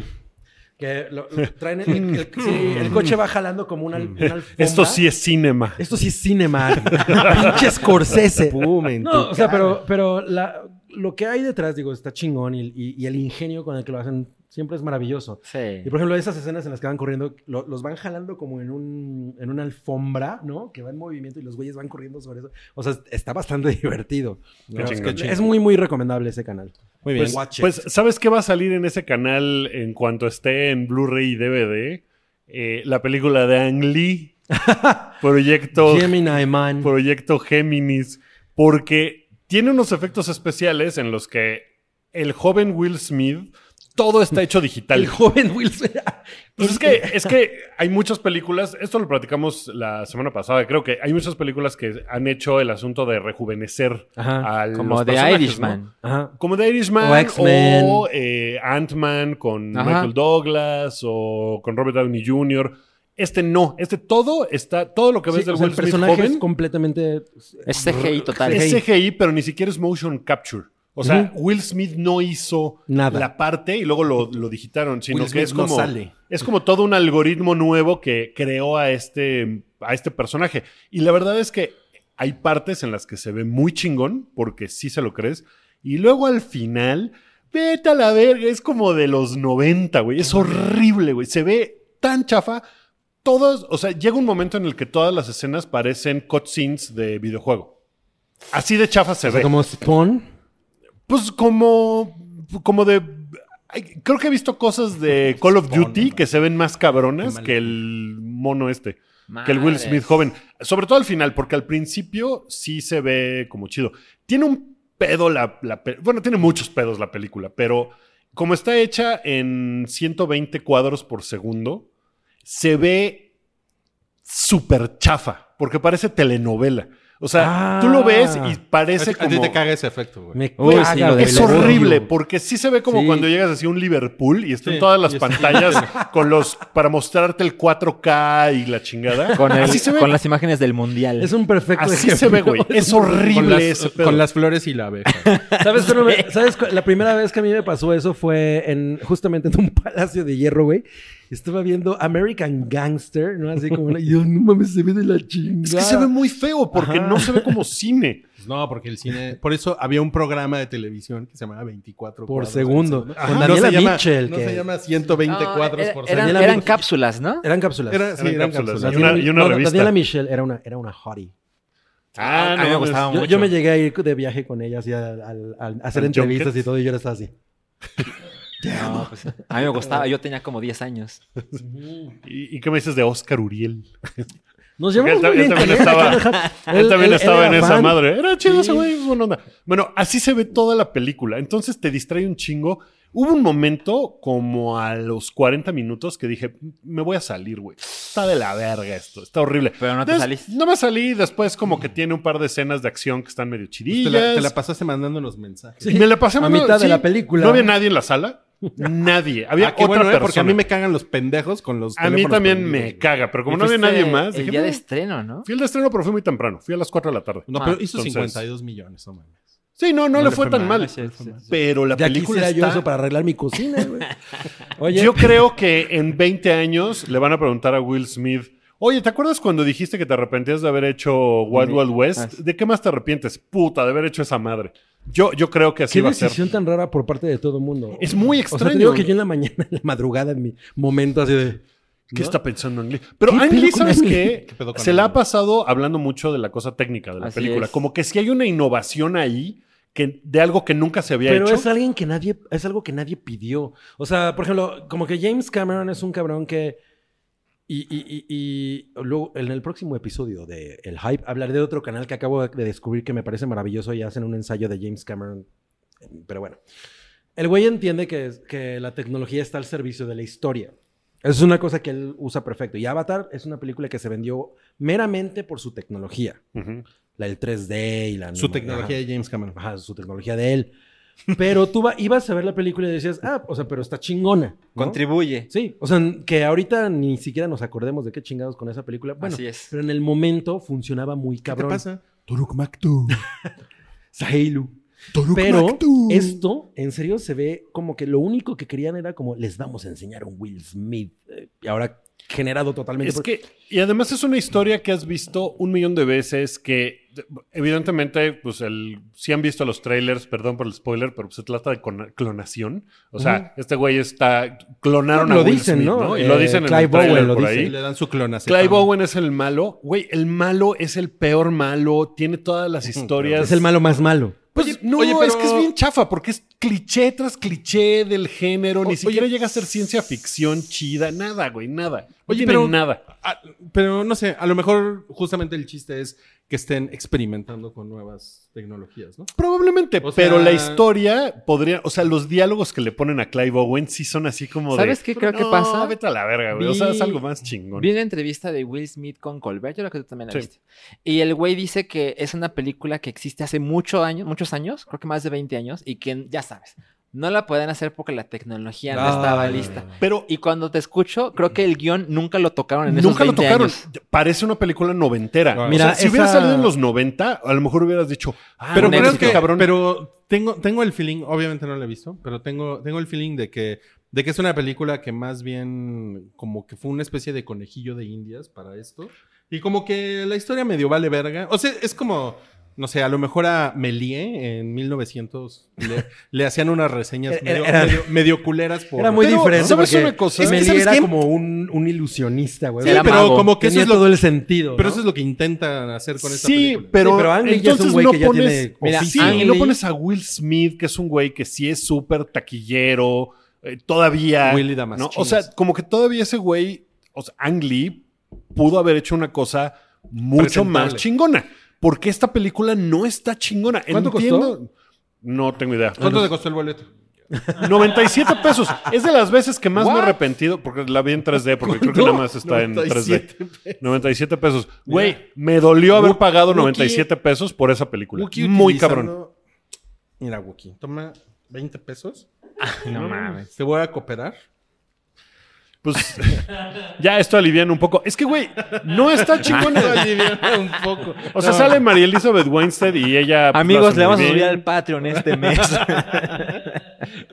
que lo- lo traen el, el- el- sí, el coche va jalando como una, al- una alfombra.
*laughs* Esto sí es cinema.
Esto sí es cinema. *laughs* Pinche Scorsese. No, o sea,
cara.
pero, pero la- lo que hay detrás, digo, está chingón y, y- y el ingenio con el que lo hacen siempre es maravilloso.
Sí.
Y por ejemplo, esas escenas en las que van corriendo, lo- los van jalando como en, un, en una alfombra, ¿no? Que va en movimiento y los güeyes van corriendo sobre eso. O sea, está bastante *laughs* divertido.
No,
Qué
es
chingón.
que chingón.
Es muy, muy recomendable ese canal.
Muy bien.
Pues, pues, ¿sabes qué va a salir en ese canal en cuanto esté en Blu-ray y DVD? Eh, la película de Ang Lee,
*laughs*
proyecto,
Gemini Man.
proyecto Géminis, porque tiene unos efectos especiales en los que el joven Will Smith, todo está hecho digital.
El joven Will Smith.
Pues es que,
Este.
es que hay muchas películas, esto lo platicamos la semana pasada, creo que hay muchas películas que han hecho el asunto de rejuvenecer
Ajá,
al
como de Irishman.
Ajá.
como The Irishman
O
o,
X-Men.
eh, Ant-Man con
Ajá.
Michael Douglas o con Robert Downey Jr. Este no, este todo está, todo lo que ves
Sí,
del
o sea,
Will
el
Smith
personaje es
joven
completamente...
Es CGI total.
es CGI, pero ni siquiera es motion capture. O sea, Will Smith no hizo
Nada.
la parte y luego lo, lo digitaron, sino
Will
que
Smith
es
no
como
sale.
es como todo un algoritmo nuevo que creó a este a este personaje. Y la verdad es que hay partes en las que se ve muy chingón porque sí se lo crees y luego al final vete a la verga, es como de los 90, güey, es horrible, güey, se ve tan chafa todas, o sea, llega un momento en el que todas las escenas parecen cutscenes de videojuego. Así de chafa se ve.
Como Spawn.
Pues como, como de... ay, Creo que he visto cosas de Call of Duty que se ven más cabronas que el mono este, que el Will
Madres.
Smith joven. Sobre todo al final, porque al principio sí se ve como chido. Tiene un pedo la... la pe- bueno, tiene muchos pedos la película, pero como está hecha en 120 cuadros por segundo, se ve súper chafa, porque parece telenovela. O sea,
Ah.
tú lo ves y
A ti-
parece
A ti
como-
te caga ese efecto, güey.
Me
Uy,
caga,
sí, lo
güey,
es
lo odio.
horrible, porque sí se ve como
Sí.
cuando llegas así a un Liverpool y están
Sí,
todas las
y está-
pantallas con los para mostrarte el 4K y la chingada.
*laughs* Con, el-
así se ve.
con las imágenes del mundial.
Es un perfecto
así
ejemplo.
se ve, güey. Es
Con
horrible
las,
ese pedo.
con las flores y la abeja.
¿Sabes? cuándo me- ¿sabes cu- la primera vez que a mí me pasó eso fue en justamente en un *laughs* palacio de hierro, güey. Estaba viendo American Gangster, ¿no? Así como, una- y yo, *laughs* no mames, se ve de la chingada.
es que se ve muy feo porque
Ajá.
no se ve como cine.
Pues no, porque el cine. Por eso había un programa de televisión que se llamaba 24
Por
cuadros al
segundo.
segundo.
Con
no
Daniela
se llama,
Mitchell,
no
que-
se llama 120
No,
cuadros
era-
por
eran,
segundo.
Daniela
eran
Mitchell.
cápsulas, ¿no?
Eran cápsulas.
Era- sí,
Eran
eran
cápsulas.
cápsulas.
Y una- y una
no, no,
revista.
Daniela Michelle era una, era una hottie.
Ah,
a mí me
no,
gustaba
Yo,
mucho.
yo me llegué a ir de viaje con ella así al- al- al- a hacer
¿Al
entrevistas
Junkets?
y todo, y yo era estaba así.
No, pues, a mí me gustaba, yo tenía como 10 años.
¿Y, y qué me dices de Oscar Uriel?
Nos
Porque
llevamos
Él, ta-
muy
él
bien.
también
con
estaba, él también
*laughs* Ah, él- él
estaba en
era
esa
fan.
madre. Era chido ese
Sí.
güey, es buena onda. Bueno, así se ve toda la película. Entonces te distrae un chingo. Hubo un momento como a los 40 minutos que dije, me voy a salir, güey. Está de la verga esto, está horrible.
Pero no te
Des-
saliste.
No me salí, después como que tiene un par de escenas de acción que están medio
Te
chidillas.
la, te la pasaste mandándonos mensajes.
Sí.
Me la pasé
A
mandando-
mitad de la película.
No había nadie en la sala. Nadie. Había
Ah, qué
otra
bueno, ¿eh?
persona.
Porque a mí me cagan los pendejos con los
A mí
teléfonos
también
prendidos,
me
güey.
caga, pero como
Y
no había
fuiste
nadie más,
El
dije,
día de
"Mm".
estreno, ¿no?
Fui al estreno, pero fui muy temprano. Fui a las 4 de la tarde.
No,
Ah,
pero hizo
entonces-
52 millones, no mames.
Sí, no, no, le fue, tan mal.
Sí, sí, sí.
Pero la
De aquí
película
quisiera yo
está...
eso para arreglar mi cocina,
*laughs*
güey. Oye,
Yo creo que en 20 años le van a preguntar a Will Smith, oye, ¿te acuerdas cuando dijiste que te arrepentías de haber hecho Wild
Sí.
Wild West?
Ah, sí.
¿De qué más te arrepientes? Puta, de haber hecho esa madre. Yo, yo creo que así
qué
va a ser.
decisión tan rara por parte de todo el mundo.
Es muy
O sea, te
extraño.
digo que yo en la mañana, en la madrugada, en mi momento así de...
¿Qué está pensando Ang Lee? Pero
¿Qué
Ang
pedo
Lee,
con
¿sabes
Ang Lee?
qué?
¿Qué pedo con
Se
Ang
la
Lee?
ha pasado hablando mucho de la cosa técnica de la
Así
película.
es.
Como que sí hay una innovación ahí que, de algo que nunca se había
Pero
hecho.
es alguien que nadie, es algo que nadie pidió. O sea, por ejemplo, como que James Cameron es un cabrón que. Y, y- y- y luego en el próximo episodio de El Hype hablaré de otro canal que acabo de descubrir que me parece maravilloso y hacen un ensayo de James Cameron. Pero bueno, el güey entiende que, que la tecnología está al servicio de la historia. Es una cosa que él usa perfecto. Y Avatar es una película que se vendió meramente por su tecnología.
Ujú.
La del 3D y la...
Su
anima- ajá.
tecnología de James Cameron.
Ajá, su tecnología de él. Pero tú iba- ibas a ver la película y decías, ah, o sea, pero está chingona. ¿no?
Contribuye.
Sí, o sea, que ahorita ni siquiera nos acordemos de qué chingados con esa película. Bueno,
Así es.
pero en el momento funcionaba muy
¿Qué te
cabrón.
pasa?
Toruk Maktu.
Sahilu.
Toruk
Pero
Maktu.
esto, en serio, se ve como que lo único que querían era como, les vamos a enseñar un Will Smith. eh, y ahora generado totalmente.
Es
por-
que, y además es una historia que has visto un millón de veces, que de- evidentemente, pues el, si han visto los trailers, perdón por el spoiler, pero pues, se trata de cona- clonación. O sea,
Ujú.
este güey está, clonaron
Lo
a Will
dicen,
Smith, ¿no?
¿no?
Y lo
Eh,
dicen en
Clive
el trailer
Owen lo
por
dice.
ahí.
Sí.
Le dan su clona.
Clive Owen es el malo. Güey, el malo es el peor malo, tiene todas las historias.
es el malo más malo.
Pues
Oye,
no,
oye, pero-
es que es bien chafa, porque es cliché tras cliché del género, ni
oye,
siquiera llega a ser ciencia ficción chida, nada, güey, nada. No
Oye,
tiene
pero-
nada.
Ah, pero no sé, a lo mejor justamente el chiste es que estén experimentando con nuevas tecnologías, ¿no?
Probablemente,
O sea-
pero la historia podría, o sea, los diálogos que le ponen a Clive Owen sí son así como de.
¿Sabes qué creo que
"No,
pasa?
Vete a la verga, güey. O sea, es
Vi-
algo más chingón.
Vi una entrevista de Will Smith con Colbert, yo creo que tú también la
Sí.
viste. Y el güey dice que es una película que existe hace mucho año, muchos años, creo que más de 20 años, y que ya sabes, no la pueden hacer porque la tecnología no, estaba lista.
Pero
Y cuando te escucho, creo que el guión nunca lo tocaron en esos
nunca lo
20
tocaron.
años.
Parece una película noventera.
Claro.
O sea,
Mira,
si hubiera
esa-
salido en los 90, a lo mejor hubieras dicho, ah,
pero
un
creo
éxito,
que,
cabrón.
pero tengo, tengo el feeling, obviamente no lo he visto, pero tengo, tengo el feeling de que de que es una película que más bien como que fue una especie de conejillo de indias para esto. Y como que la historia medio vale verga. O sea, es como, no sé, a lo mejor a Melie en 1900 le, *laughs* le hacían unas
Er,
reseñas medio, medio- medio culeras por...
Era muy
Pero,
diferente.
¿sabes
porque
una cosa?
Emily
Es que, ¿sabes
era
qué?
como un, un ilusionista, güey.
Sí,
Era
pero
mago.
como que eso
Tenía
es lo
todo el sentido.
Pero
¿no?
eso es lo que intentan hacer con esta
sí,
película.
pero,
Sí, pero Ang Lee ya es un
entonces
güey
no
que ya
pones,
tiene
Mira,
oficio.
Ang
Ang
Lee- no
Lee-
pones a Will Smith, que es un güey que sí es súper taquillero, eh, todavía.
Willy Damasceno.
¿no? O sea, como que todavía ese güey, o sea, Ang Lee pudo haber hecho una cosa mucho
Presentable.
más chingona. Porque esta película no está chingona.
¿Cuánto costó?
No tengo idea.
¿Cuánto te costó el boleto?
97 pesos. Es de las veces que más me he arrepentido, porque la vi en 3D, porque creo que nada más está en 3D. 97 pesos. Güey, me dolió haber
Wookie-
pagado
Wookie-
97 pesos por esa película.
Wookie
Muy
utilizando-
cabrón.
Mira, Wookie, toma 20 pesos.
No mames.
Te voy a cooperar.
Pues ya esto alivian un poco. Es que, güey, no está
*laughs*
chingona.
un poco.
O sea, sale María Elizabeth Weinstead y ella. pues, lo
Amigos,
hace
le
muy
vamos a subir
bien.
al
*laughs*
Patreon este mes.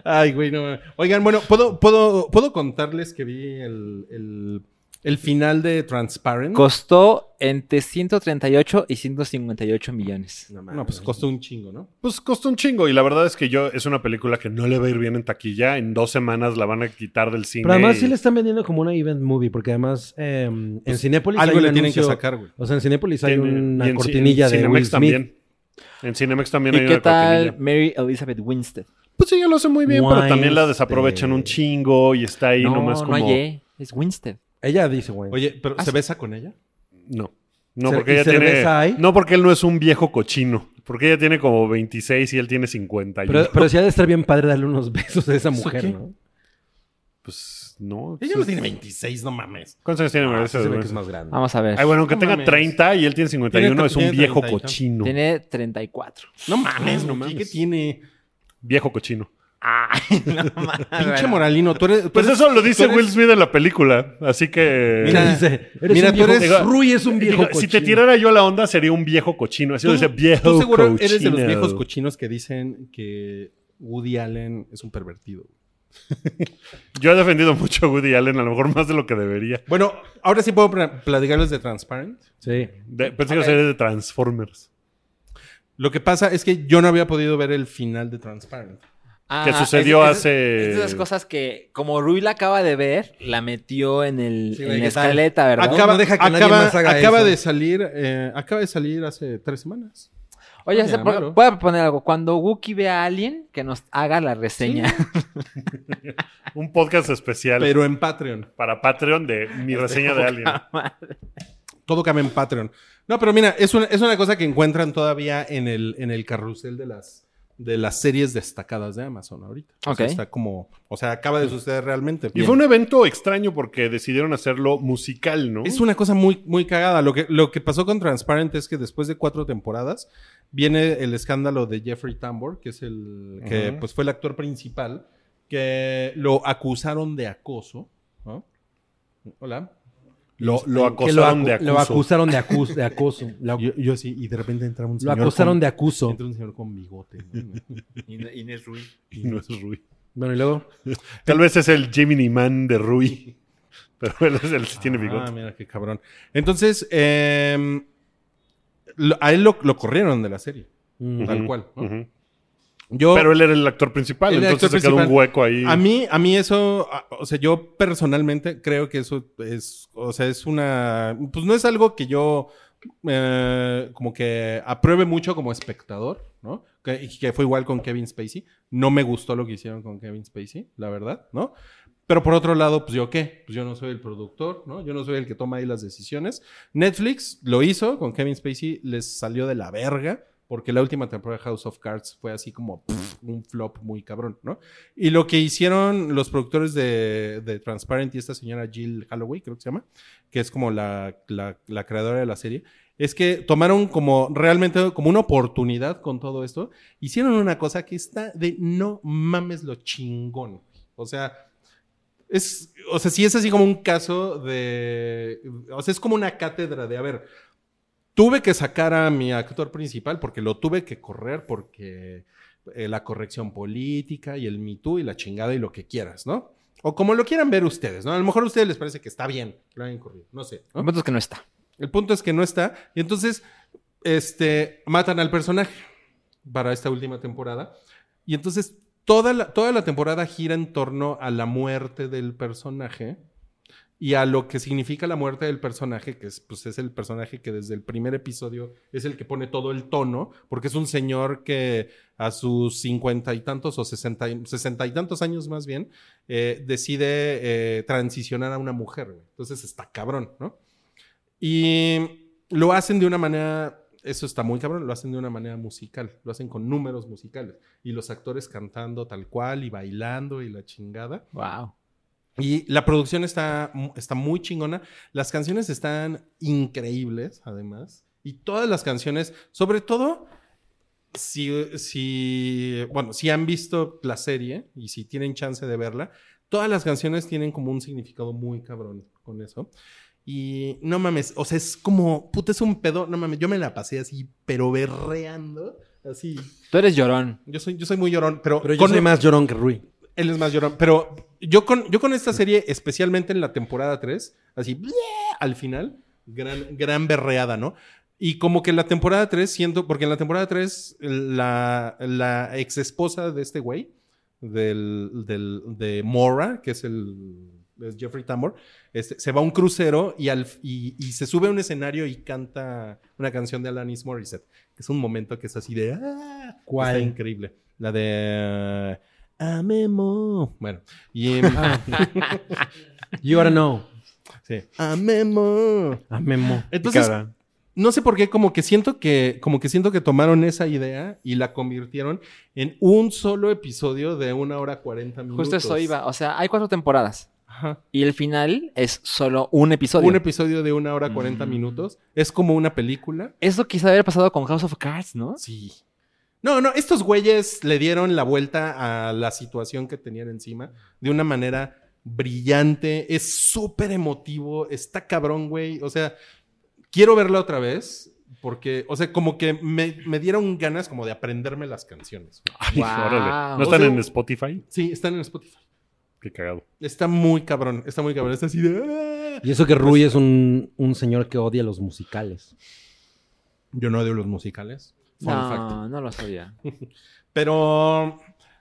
Ay, güey, no. mames. Oigan, bueno, ¿puedo, puedo, puedo contarles que vi el, el, el final de Transparent?
Costó entre 138 y 158 millones.
no, pues costó un chingo, ¿no?
Pues costó un chingo. Y la verdad es que yo es una película que no le va a ir bien en taquilla. En dos semanas la van a quitar del cine.
Pero además sí
y-
le están vendiendo como una event movie, porque además eh, en Cinépolis
Pues, Algo
hay un
le tienen que
anuncio-
sacar, güey.
O sea, en Cinépolis hay
Tiene- y
una
en Ci-
cortinilla
en
de Will
Cinemex
Smith.
también. En Cinemex también hay
¿Y qué
una
tal
cortinilla.
Mary Elizabeth Winstead?
Pues ella lo hace muy bien, pero también la
Weinstein.
desaprovechan un chingo y está ahí
no,
nomás
no
como.
hay E, es Winstead.
Ella dice, güey.
Oye, pero
Ah,
¿se
sí.
besa con ella?
No. No,
Cer-
porque
¿y
ella tiene.
cerveza hay?
No, porque él no es un viejo cochino. Porque ella tiene como 26 y él tiene 51.
pero, pero sí ha de estar bien padre darle unos besos a esa mujer,
qué?
¿no?
Pues no.
Ella no tiene Ah, 26, no mames.
¿Cuántos años tiene María
Sí se ve que
Elizabeth
es más grande.
Vamos a ver.
Ay, bueno, aunque
No
tenga
mames.
30 y él tiene 51,
Tiene-
es un
tiene
viejo
30 y tantos.
cochino.
Tiene 34.
No mames,
No
no mames. ¿Qué
mames.
tiene?
Viejo cochino.
Pinche moralino. Tú eres, tú
Pues
eres-
eso lo dice
tú eres-
Will Smith en la película. Así que.
Mira,
dice, eres
mira,
un
tú
viejo-
eres-
Digo, Rui es un viejo
Digo, si te
cochino".
tirara yo la onda, sería un viejo cochino. Así lo dice, viejo
tú seguro eres de
cochino.
los viejos cochinos que dicen que Woody Allen es un pervertido.
Yo he defendido mucho a Woody Allen, a lo mejor más de lo que debería.
Bueno, ahora sí puedo pla- platicarles de Transparent.
Sí.
De- pensé que sería de Transformers.
Lo que pasa es que yo no había podido ver el final de Transparent.
Ah,
Que sucedió
es- es-
hace-
Es de esas cosas que, como Rui la acaba de ver, la metió en, el,
Sí,
en
güey,
la
¿qué tal?
escaleta, ¿verdad?
Acaba,
No deja que nadie
acaba-
más haga
acaba
eso.
de salir, eh, acaba de salir hace tres semanas.
Oye,
Oye,
se-
malo.
voy a proponer algo. Cuando Wookie vea a alguien, que nos haga la reseña.
Un podcast especial
Pero Este, en Patreon.
para Patreon de mi reseña de
*laughs*
Alien.
Todo cambia en Patreon. No, pero mira, es una, es una cosa que encuentran todavía en el, en el carrusel de las, de las series destacadas de Amazon ahorita. O sea,
Ok.
está como, o sea, acaba de suceder realmente.
Y fue un evento extraño porque decidieron hacerlo musical, ¿no?
Es una cosa muy, muy cagada. Lo que, lo que pasó con Transparent es que después de cuatro temporadas viene el escándalo de Jeffrey Tambor, que es el que
Ujú.
pues fue el actor principal, que lo acusaron de acoso. ¿no? Hola. Lo, lo
Que
acosaron.
lo,
Acusaron
acu-
de
lo
acuso.
acusaron de, acus- de acoso. Lo,
Yo, yo sí, y de repente entra un *laughs*
lo
señor.
acusaron
con-
de acuso.
Entra un señor con bigote.
*laughs*
¿no?
Inés Rui.
Y no es Rui.
Bueno, y luego.
Tal vez es el Jiminy Man de
*laughs*
Rui. Pero él es el que tiene
Ah,
bigote.
mira qué cabrón. Entonces, em, lo- a él lo, lo corrieron de la serie,
Mm.
tal cual. ¿no?
Ujú.
Yo,
Pero él era el actor principal,
Él era el
entonces
actor
se quedó un
principal.
hueco ahí. *laughs*
A mí, a mí eso, a- o sea, yo personalmente creo que eso es, o sea, es una, pues no es algo que yo eh, como que apruebe mucho como espectador, ¿no? Que, y que fue igual con Kevin Spacey. No me gustó lo que hicieron con Kevin Spacey, la verdad, ¿no? Pero por otro lado, pues yo qué, pues yo no soy el productor, ¿no? Yo no soy el que toma ahí las decisiones. Netflix lo hizo con Kevin Spacey, les salió de la verga, porque la última temporada de House of Cards fue así como pff, un flop muy cabrón, ¿no? Y lo que hicieron los productores de, de Transparent y esta señora Jill Holloway, creo que se llama, que es como la, la- la creadora de la serie, es que tomaron como realmente como una oportunidad con todo esto, hicieron una cosa que está de no mames lo chingón. O sea, es, o sea, sí es así como un caso de, o sea, es como una cátedra de, a ver, tuve que sacar a mi actor principal porque lo tuve que correr porque eh, la corrección política y el Me Too y la chingada y lo que quieras, ¿no? O como lo quieran ver ustedes, ¿no? A lo mejor a ustedes les parece que está bien, lo han incurrido, no sé. ¿no?
El punto es que no está.
El punto es que no está. Y entonces, este, matan al personaje para esta última temporada. Y entonces, toda la, toda la temporada gira en torno a la muerte del personaje y a lo que significa la muerte del personaje, que es, pues, es el personaje que desde el primer episodio es el que pone todo el tono, porque es un señor que a sus cincuenta y tantos o sesenta y, sesenta y tantos años más bien, eh, decide eh, transicionar a una mujer. güey. Entonces está cabrón, ¿no? Y lo hacen de una manera, eso está muy cabrón, lo hacen de una manera musical, lo hacen con números musicales y los actores cantando tal cual y bailando y la chingada.
Wow.
Y la producción está, mu- está muy chingona. Las canciones están increíbles, además. Y todas las canciones, sobre todo, si, si, bueno, si han visto la serie y si tienen chance de verla, todas las canciones tienen como un significado muy cabrón con eso. Y no mames, o sea, es como, puta, es un pedo, no mames, yo me la pasé así, pero berreando, así.
Tú eres llorón.
Yo soy, yo soy muy llorón, pero,
Pero yo
con-
soy más llorón que Rui.
él es más llorón. Pero yo con, yo con esta serie, especialmente en la temporada 3, así ¡bleh! al final, gran, gran berreada, ¿no? Y como que en la temporada 3 siento, porque en la temporada 3 la, la ex esposa de este güey, del, del- de Mora, que es el es Jeffrey Tambor, este, se va a un crucero y, al, y, y se sube a un escenario y canta una canción de Alanis Morissette, que es un momento que es así de... ¡ah!
¿Cuál?
Está increíble. La de... Amemo. Bueno, y
You are no.
sí. Amemo.
A Memo.
Entonces, no sé por qué, como que siento que, como que siento que tomaron esa idea y la convirtieron en un solo episodio de una hora cuarenta minutos.
Justo eso iba. O sea, hay cuatro temporadas.
Ajá.
Y el final es solo un episodio.
Un episodio de una hora cuarenta
Mm.
minutos. Es como una película.
Eso quizá haber pasado con House of Cards, ¿no?
Sí. No, no, estos güeyes le dieron la vuelta a la situación que tenían encima de una manera brillante. Es súper emotivo. Está cabrón, güey. O sea, quiero verla otra vez. Porque, o sea, como que me, me dieron ganas como de aprenderme las canciones. güey.
Ay,
Wow.
órale. ¿No
O
están
sea,
en Spotify?
Sí, están en Spotify.
Qué cagado.
Está muy cabrón, está muy cabrón. Está así de... ¡ah!
Y eso que Rui es un, un señor que odia los musicales.
Yo no odio los musicales. Fun fact.
No, no lo sabía.
Pero.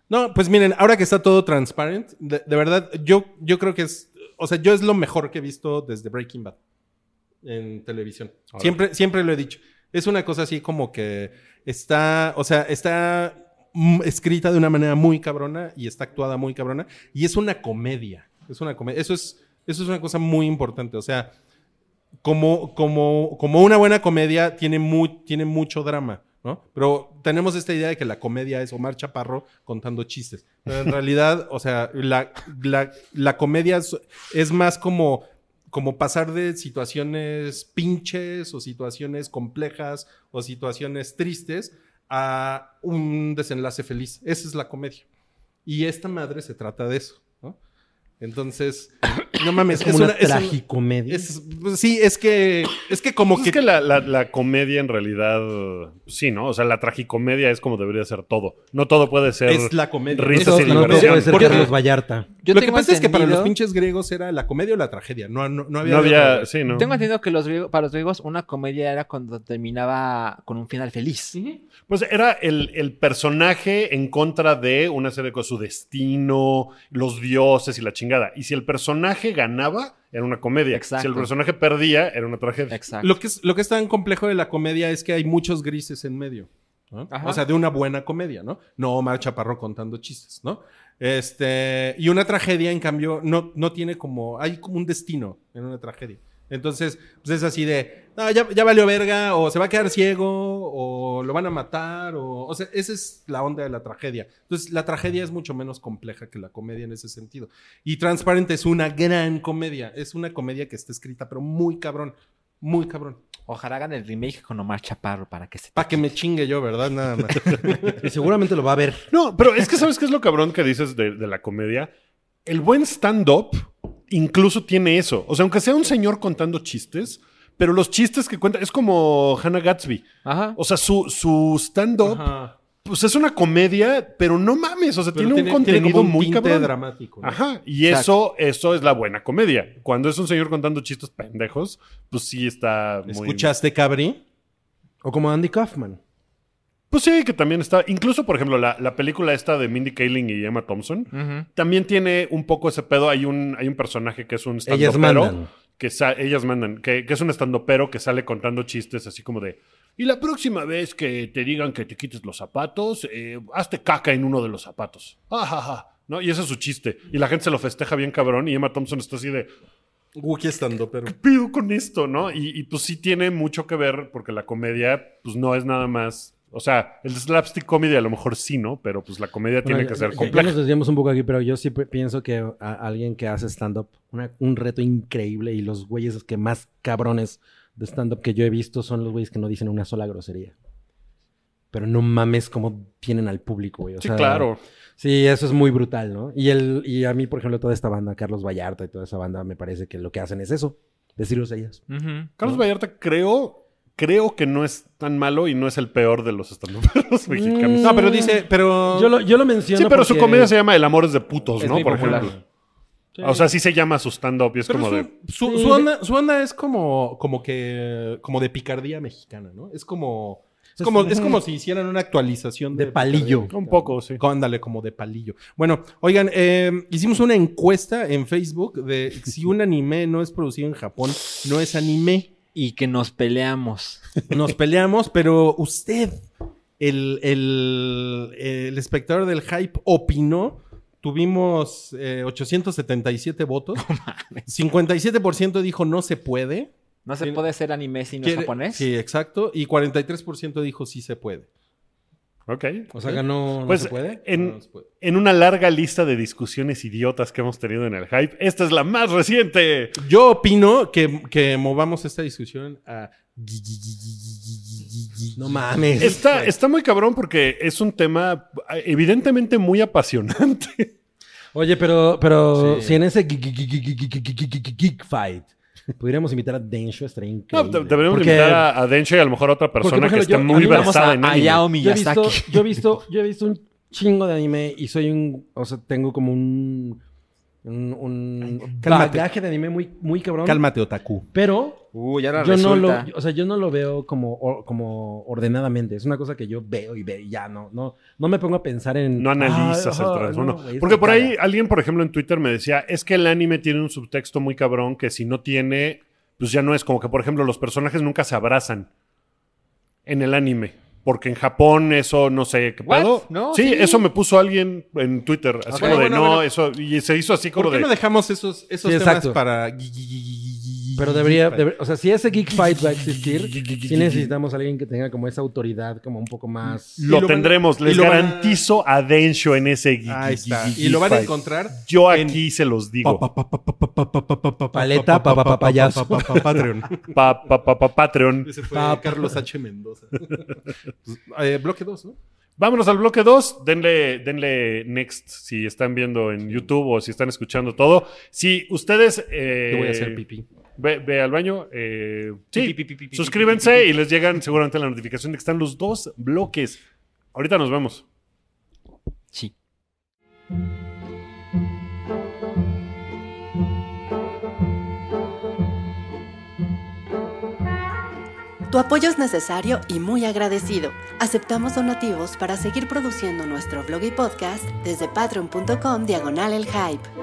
No, pues miren, ahora que está todo transparent, de, de verdad, yo, yo creo que es. O sea, yo es lo mejor que he visto desde Breaking Bad en televisión.
Ahora.
Siempre, siempre lo he dicho. Es una cosa así como que está. O sea, está mm, escrita de una manera muy cabrona y está actuada muy cabrona. Y es una comedia. Es una comedia. Eso es, eso es una cosa muy importante. O sea, como, como, como una buena comedia tiene, mu- tiene mucho drama, ¿no? Pero tenemos esta idea de que la comedia es Omar Chaparro contando chistes. Pero
*laughs*
en realidad, o sea, la, la- la comedia es, es más como, como pasar de situaciones pinches o situaciones complejas o situaciones tristes a un desenlace feliz. Esa es la comedia. Y esta madre se trata de eso, ¿no? Entonces, no mames,
Es como una,
es
tragicomedia.
es- pues, sí, es que. Es que como
Pues
que.
es que la, la- la comedia en realidad, sí, ¿no? O sea, la tragicomedia es como debería ser todo. No todo puede ser...
es la comedia.
risas
Eso
Todo-
sin
no todo
diversión.
puede ser
Porque-
Carlos Vallarta.
Yo
lo que
tengo
pasa es que para los
entendido-
pinches griegos era la comedia o la tragedia. No, no, no había.
no
de
había...
otra.
Sí, ¿no?
Tengo entendido que los griegos- para los griegos una comedia era cuando terminaba con un final feliz.
Pues era el, el personaje en contra de una serie de cosas, su destino, los dioses y la chingada. Y si el personaje ganaba, era una comedia.
Exacto.
Si el personaje perdía, era una tragedia.
Exacto.
Lo que, es, lo que es tan complejo de la comedia es que hay muchos grises en medio. ¿no?
Ajá.
O sea, de una buena comedia, ¿no? No Omar Chaparro contando chistes, ¿no? Este, y una tragedia, en cambio, no, no tiene como. Hay como un destino en una tragedia. Entonces, pues es así de. "No, ya, ya valió verga, o se va a quedar ciego, o lo van a matar, o. O sea, esa es la onda de la tragedia. Entonces, la tragedia es mucho menos compleja que la comedia en ese sentido. Y Transparente es una gran comedia. Es una comedia que está escrita, pero muy cabrón. Muy cabrón.
Ojalá hagan el remake con Omar Chaparro para que se...
Para que me chingue yo, ¿verdad? Nada más.
Y seguramente lo va a ver.
No, pero es que ¿sabes qué es lo cabrón que dices de, de la comedia? El buen stand-up incluso tiene eso. O sea, aunque sea un señor contando chistes, pero los chistes que cuenta es como Hannah Gatsby.
Ajá.
O sea, su, su stand-up
Ajá.
pues es una comedia, pero no mames, o sea,
Pero
tiene, un contenido
como un
muy
tinte
cabrón.
dramático. ¿no?
Ajá, y eso, eso es la buena comedia. Cuando es un señor contando chistes pendejos, pues sí está muy...
¿Escuchaste, Cabri?
O como Andy Kaufman.
Pues sí, que también está... Incluso, por ejemplo, la, la película esta de Mindy Kaling y Emma Thompson,
Ujú.
también tiene un poco ese pedo. Hay un, hay un personaje que es un
Ellas
stand
mandan.
que sa- ellas mandan, que, que es un estandopero que sale contando chistes así como de. Y la próxima vez que te digan que te quites los zapatos, eh, hazte caca en uno de los zapatos. Ajaja. ¿No? Y ese es su chiste. Y la gente se lo festeja bien cabrón. Y Emma Thompson está así de,
Wookie estando, pero.
pido con esto, ¿no? Y, y, pues sí tiene mucho que ver porque la comedia, pues no es nada más. O sea, el slapstick comedy a lo mejor sí, ¿no? Pero pues la comedia tiene
Bueno,
que
ya-
ser
ya-
compleja.
Ya nos desviamos un poco aquí, pero yo sí pi- pienso que a- alguien que hace stand-up, una- un reto increíble y los güeyes que más cabrones de stand-up que yo he visto son los güeyes que no dicen una sola grosería. Pero no mames cómo tienen al público, güey. o
sí,
sea,
claro.
Sí, eso es muy brutal, ¿no? Y, el, y a mí, por ejemplo, toda esta banda, Carlos Vallarta y toda esa banda, me parece que lo que hacen es eso, decirlos ellas.
Mm,
Ujú.
Carlos Vallarta creo, creo que no es tan malo y no es el peor de los estandoperos *laughs* mexicanos.
Mm,
No, pero dice, pero.
Yo lo, yo lo menciono
sí, pero su
porque-
comedia se llama El amor es de putos,
Es
¿no?
muy
Por
popular.
ejemplo. O sea, sí se llama su stand-up y es
Pero
como
su,
de...
su- su onda, su onda es como, como que. como de picardía mexicana, ¿no? Es como. Es como, es como si hicieran una actualización de,
De palillo.
picardía.
Un poco, sí.
Co- Ándale, como de palillo. Bueno, oigan, eh, hicimos una encuesta en Facebook de si un anime no es producido en Japón, no es anime.
Y que nos peleamos.
Nos peleamos, pero usted, el, el- el espectador del hype, opinó. Tuvimos eh, 877 votos. 57% dijo no se puede.
No se
¿Quién-
puede ser anime si no es
Quiere-
japonés.
Sí, exacto. Y 43% dijo sí se puede.
Ok.
O sea, que no, no
Pues,
se puede.
en-
No se puede.
En una larga lista de discusiones idiotas que hemos tenido en el hype, esta es la más reciente.
Yo opino que, que movamos esta discusión a...
No mames.
Está, está muy cabrón porque es un tema eh, evidentemente muy apasionante.
Oye, pero, pero
Sí.
si en ese geek- geek- geek- geek- geek- geek- geek fight pudiéramos invitar a Densho, estaría
*laughs* No,
increíble.
de- deberíamos
Porque
invitar a, a Densho y a lo mejor a otra
por
persona que
ejemplo,
está
yo-
muy
a mí vamos
versada
a-
en
a
anime.
Yao
Yo he, visto,
Miyazaki.
yo, he visto, yo he visto un chingo de anime y soy un... O sea, tengo como un... Un, un
cálmate.
bagaje de anime muy, muy cabrón.
Cálmate, Otaku.
Pero
Uh, ya ahora
yo no, lo,
resulta.
o sea, yo no lo veo como, or- como ordenadamente. Es una cosa que yo veo y veo y ya no, no, no me pongo a pensar en...
No analizas
ah,
el
ah,
trasfondo.
no, güey,
Porque
esto
por ahí
caga.
alguien, por ejemplo, en Twitter me decía, es que el anime tiene un subtexto muy cabrón que si no tiene, pues ya no es como que, por ejemplo, los personajes nunca se abrazan en el anime. Porque en Japón eso no sé qué
What?
pedo.
No,
sí,
sí.
eso me puso alguien en Twitter. Así
Ok.
como de
Bueno,
no,
bueno.
eso. Y se hizo así como
¿Por qué
de.
no dejamos esos, esos
Sí,
temas
exacto.
para...
Pero debería, deber- o sea, si ese geek fight va
*laughs*
a existir, sí necesitamos a alguien que tenga como esa autoridad, como un poco más.
Lo,
Y lo van-
tendremos,
y
les
lo van a-
garantizo a Densho en ese gui-
Ahí está.
gui- gui-
Y lo van a
fight.
encontrar
Yo
en-
aquí se los digo.
Paleta, pa- pa- pa- payaso.
Pa- pa- pa- Patreon.
Pa- pa- pa- pa- Patreon.
Ese fue
Pa-
*laughs* Carlos H. Mendoza. Ah, Pues, eh, bloque 2, ¿no?
Vámonos al bloque 2. Denle, denle next si están viendo en YouTube o si están escuchando todo. Si ustedes. eh,
Yo voy a hacer pipí.
Ve, ve al baño. eh, sí,
Pi, pi, pi, pi, pi,
suscríbanse y les llegan seguramente la notificación de que están los dos bloques. Ahorita nos vemos.
Sí.
Tu apoyo es necesario y muy agradecido. Aceptamos donativos para seguir produciendo nuestro blog y podcast desde patreon.com diagonal el hype.